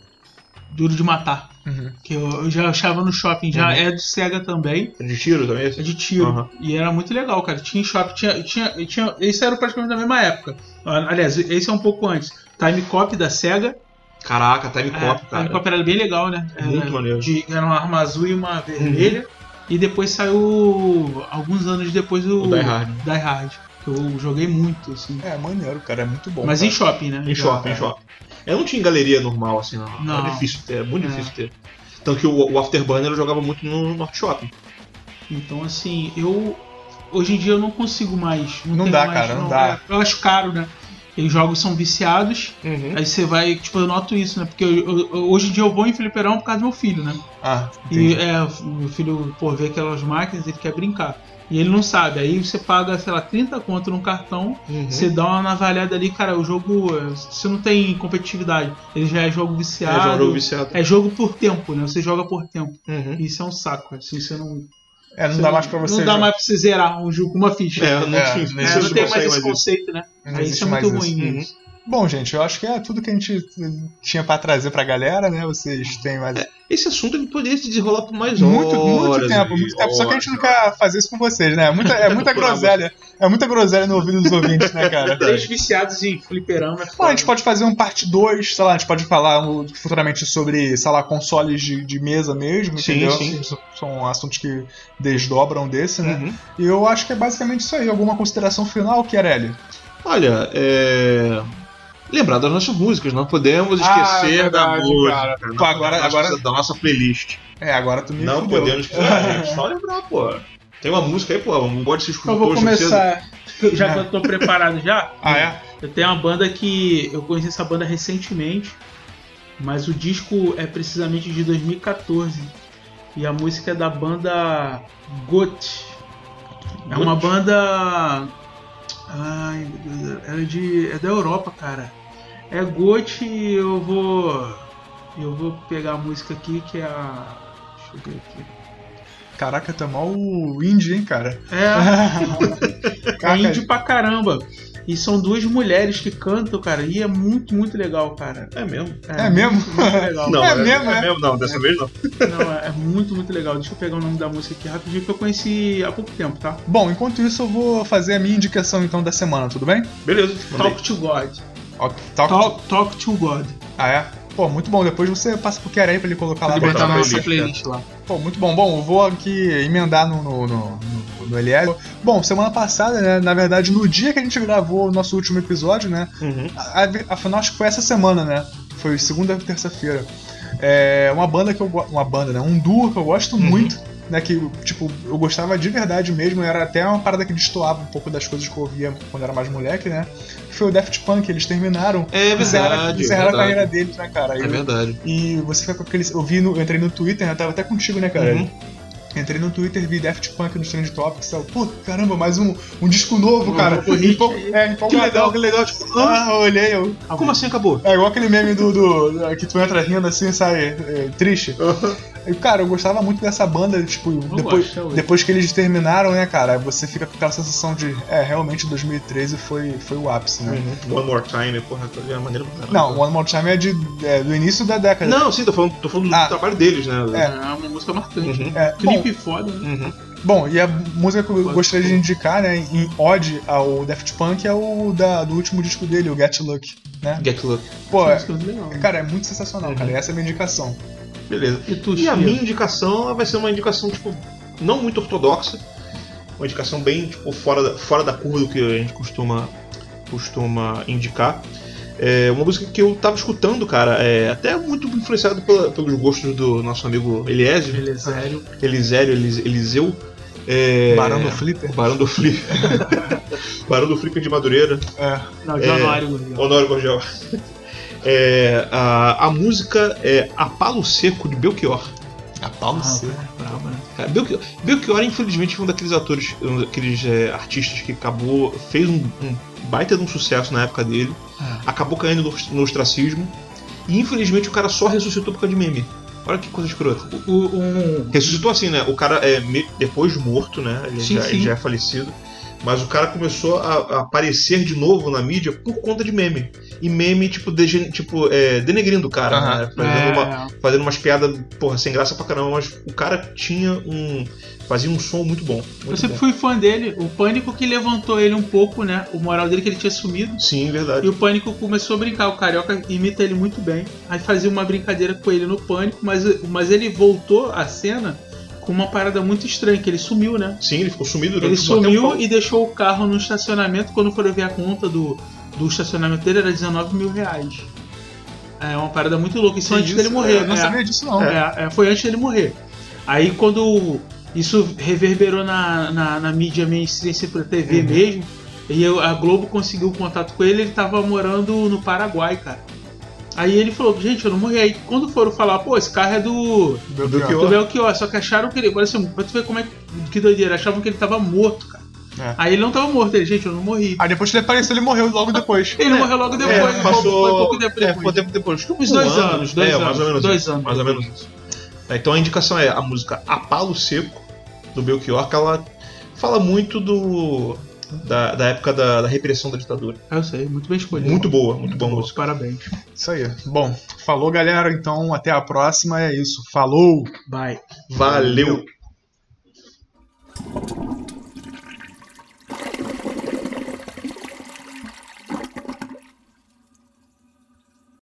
B: Duro de Matar.
A: Uhum.
B: Que eu, eu já achava no shopping, já
C: Uhum.
B: é do SEGA também,
C: De tiro também,
B: é
C: assim.
B: de tiro.
C: Aham.
B: E era muito legal, cara. Tinha em shopping, tinha, tinha, tinha. Esse era praticamente da mesma época. Ah, Aliás, esse é um pouco antes. Time Cop da SEGA.
C: Caraca, Time
B: É,
C: Cop,
B: Time
C: cara. É
B: Cop era bem legal, né?
C: Muito
B: Era
C: maneiro. Uhum.
B: de- era uma arma azul e uma vermelha. E depois saiu. Alguns anos depois o.
C: O Die Hard.
B: Die Hard, Que eu joguei muito, assim.
A: É, maneiro, cara. É muito bom.
B: Mas em
A: cara.
B: shopping, né?
C: Em shopping, em shopping. Eu não tinha em galeria normal, assim, não.
B: Não.
C: Era difícil ter, era muito
B: É.
C: difícil ter. Tanto que o, o Afterburner eu jogava muito no Norte Shopping.
B: Então, assim, eu. Hoje em dia eu não consigo mais. Não,
A: Não
B: tenho
A: dá,
B: mais,
A: cara, não dá.
B: Eu acho caro, né? E os jogos são viciados.
C: Uhum.
B: Aí você vai. Tipo, eu noto isso, né? Porque eu- eu- eu- hoje em dia eu vou em Fliperão por causa do meu filho, né?
A: Ah,
B: E
A: entendi.
B: é, o meu filho, pô, vê aquelas máquinas, ele quer brincar. E ele não sabe. Aí você paga, sei lá, 30 conto num cartão,
A: Uhum.
B: você dá uma navalhada ali, cara, o jogo. é, Você não tem competitividade. Ele já é jogo
C: É,
B: viciado.
C: jogo viciado.
B: É jogo por tempo, né? Você joga por tempo.
C: Uhum.
B: Isso é um saco. Assim, você não.
A: É, não
B: você
A: dá mais pra você.
B: Não dá
A: jogar.
B: mais pra você zerar um jogo com uma ficha.
C: É, eu não
A: É,
C: tinha.
A: né,
B: É,
A: isso
B: não
A: não
B: tem mais
C: consegue
B: esse
C: isso.
B: conceito, né?
A: Não
B: Aí
A: existe
B: isso é muito
A: mais isso.
B: ruim.
C: Uhum.
B: Isso.
A: Bom, gente, eu acho que é tudo que a gente eh, tinha pra trazer pra galera, né? Vocês têm mais.
C: Esse assunto ele poderia se desenrolar por mais
A: muito,
C: É, horas.
A: muito tempo,
C: e
A: muito tempo. Só que a gente não
C: horas.
A: quer fazer isso com vocês, né? É muita, é muita
C: Bravo.
A: groselha. É muita groselha no ouvido dos ouvintes, né,
C: É
A: cara?
B: Três viciados em fliperama.
A: Bom, a gente pode fazer um parte 2, sei lá, a gente pode falar um- futuramente sobre, sei lá, consoles de, de mesa mesmo,
C: Sim,
A: entendeu?
C: sim.
A: Isso São assuntos que desdobram desse, né?
C: Uhum.
A: E eu acho que é basicamente isso aí. Alguma consideração final, Chiarelli?
C: Olha, é. Lembrar das nossas músicas, não podemos
A: Ah,
C: esquecer da
A: verdade,
C: música.
A: cara.
C: não
A: Pô,
C: podemos
A: agora-
C: esquecer
A: agora-
C: Da nossa playlist.
A: É, agora tu me
C: Não
A: fudeu.
C: podemos esquecer. Ah, gente, Só lembrar, pô. Tem uma música aí, pô, não pode se escutar.
B: Eu vou começar. Já que
A: É.
B: eu tô preparado já,
A: Ah, é?
B: eu tenho uma banda que. Eu conheci essa banda recentemente, mas o disco é precisamente de 2014. E a música é da banda Goat. É uma banda. Ai, meu Deus, era de. É da Europa, cara. É Goat e eu vou. Eu vou pegar a música aqui que é a. Deixa eu ver aqui.
A: Caraca, tá mal o indie, hein, cara?
B: É, é
A: Caraca,
B: indie pra caramba. E são duas mulheres que cantam, cara. E é muito, muito legal, cara.
C: É mesmo?
A: É mesmo?
B: Muito, muito legal.
C: Não,
A: É
C: é
A: mesmo,
C: é
A: é?
C: mesmo, não, dessa vez não.
B: Não, é, é muito, muito legal. Deixa eu pegar o nome da música aqui rapidinho, que eu conheci há pouco tempo, tá?
A: Bom, enquanto isso eu vou fazer a minha indicação então da semana, tudo bem?
C: Beleza, mandei.
B: Talk to God.
A: Ok, Talk.
B: Talk, talk to God.
A: Ah, é? Pô, muito bom. Depois você passa pro Chiarelli pra ele colocar lá
B: Ele
A: no-
B: vai estar na
C: playlist,
B: nossa
C: né?
B: playlist lá.
A: Pô, muito bom. Bom, eu vou aqui emendar no, no, no, no, no Eliezer. Bom, semana passada, né, na verdade, no dia que a gente gravou o nosso último episódio, né?
C: Uhum.
A: a- a- Afinal, acho que foi essa semana, né? Foi segunda e terça-feira. É uma banda que eu gosto. Uma banda, né? Um duo que eu
C: Uhum.
A: gosto muito, né? Que, tipo, eu gostava de verdade mesmo. Era até uma parada que destoava um pouco das coisas que eu ouvia quando era mais moleque, né? Que foi o Daft Punk, eles terminaram.
C: É
A: Encerraram,
C: verdade.
A: encerraram a
C: é
A: carreira deles, né, cara?
C: verdade.
A: E-
C: É verdade.
A: e você foi com aquele. Eu vi no, eu entrei no Twitter, eu tava até contigo, né, cara?
C: Uhum.
A: Entrei no Twitter, vi Daft Punk nos Trend Topics, eu, pô, caramba, mais um, um disco novo,
B: Um
A: cara.
B: novo hit
A: Empol-
B: aí.
A: é, empolgadão.
C: Que legal, que legal. Tipo, hã?
A: Ah, eu olhei, eu.
C: Como assim acabou?
A: É igual aquele meme do. do- que tu entra rindo assim e sai é, triste. E, cara, eu gostava muito dessa banda, tipo, depois,
B: gosto, eu gosto.
A: depois que eles terminaram, né, cara, você fica com aquela sensação de, é, realmente 2013 foi, foi o ápice,
B: Uhum.
A: né?
C: One More Time, porra, é maneiro pra caramba.
A: Não, One More Time é, de, é do início da década.
C: Não, sim, tô falando, tô falando do
A: Ah.
C: trabalho deles, né?
A: É.
B: uma música marcante.
C: Uhum.
A: É, bom,
B: Clipe foda, né?
C: Uhum.
A: bom, e a música que eu gostaria de indicar, né, em ode ao Daft Punk, é o da, do último disco dele, o Get Lucky, né?
C: Get Luck.
A: Pô, é-
B: Essa música é legal. né?
A: cara, é muito sensacional, cara, essa é a minha indicação.
C: Beleza.
B: E tu,
C: E a
B: Chico?
C: minha indicação ela vai ser uma indicação, tipo, não muito ortodoxa. Uma indicação bem, tipo, fora da, fora da curva do que a gente costuma, costuma indicar. É uma música que eu tava escutando, cara, é, até muito influenciado pela- pelos gostos do nosso amigo Eliésio,
B: Ele é sério.
C: Elisério, Elis- Eliseu. É,
A: Barão do Flipper.
C: Barão do Flipper. Barão do Flipper de Madureira.
A: É,
B: Não,
C: É.
B: Januário Gurgel.
C: Honório Gorgel. É, a, a música é A Palo Seco, de Belchior.
A: a pau no seu.
B: Ah, brava, né?
C: Cara, Belchior, Belchior, infelizmente, foi um daqueles atores, um daqueles é, artistas que acabou, fez um, um baita de um sucesso na época dele,
B: Ah,
C: acabou caindo no, no ostracismo, e infelizmente o cara só ressuscitou por causa de meme. Olha que coisa escrota.
B: o- o- um-
C: Ressuscitou assim, né? O cara é me- depois de morto, né? Ele,
B: Sim,
C: já,
B: sim.
C: ele já é falecido. Mas o cara começou a, a aparecer de novo na mídia por conta de meme. E meme, tipo, degen- tipo é, denegrindo o cara,
A: Aham.
C: né? Fazendo,
B: é,
C: uma, fazendo umas piadas, porra, sem graça pra caramba, mas o cara tinha um. fazia um som muito bom. muito
B: eu sempre
C: bom.
B: fui fã dele. O pânico que levantou ele um pouco, né? O moral dele que ele tinha sumido.
C: Sim, verdade.
B: E o Pânico começou a brincar, o Carioca imita ele muito bem. Aí fazia uma brincadeira com ele no Pânico, mas, mas ele voltou à cena com uma parada muito estranha, que ele sumiu, né?
C: Sim, ele ficou sumido durante
B: Ele
C: um bom
B: sumiu
C: tempo.
B: e deixou o carro no estacionamento. Quando foram ver a conta do, do estacionamento dele, era 19 mil reais. É uma parada muito louca. Isso
A: Que
B: antes dele
A: isso?
B: morrer.
A: Eu não
B: né?
A: sabia disso, não.
B: É, é, foi antes dele morrer. Aí quando isso reverberou na, na, na mídia mainstream, assim, sempre na TV
C: Uhum.
B: mesmo, e eu- a Globo conseguiu contato com ele, ele tava morando no Paraguai, cara. Aí ele falou, gente, eu não morri. Aí quando foram falar, pô, esse carro é do,
A: Belchior.
B: do Belchior, só que acharam que ele. Agora assim, pra tu ver como é que- que doideira, achavam que ele tava morto, cara.
A: É.
B: Aí ele não tava morto, ele, gente, eu não morri.
A: Aí depois que ele apareceu, ele morreu logo depois.
B: Ele morreu logo depois,
C: É,
B: foi- foi pouco
C: passou.
B: tempo
C: é,
B: depois.
C: pouco tempo depois. Acho que
B: Uns
C: um
B: dois
C: ano,
B: anos, dois
C: é,
B: anos.
C: Mais ou menos
B: dois
C: isso,
B: anos.
C: Mais ou menos isso. É, então a indicação é a música Apalo Seco, do Belchior, que ela fala muito do. Da, da época da, da repressão da ditadura.
B: Ah, Eu sei, muito bem escolhido.
C: Muito boa, muito boa música.
B: Parabéns.
A: Isso aí. Bom, falou, galera. Então, até a próxima. É isso. Falou!
B: Bye.
C: Valeu.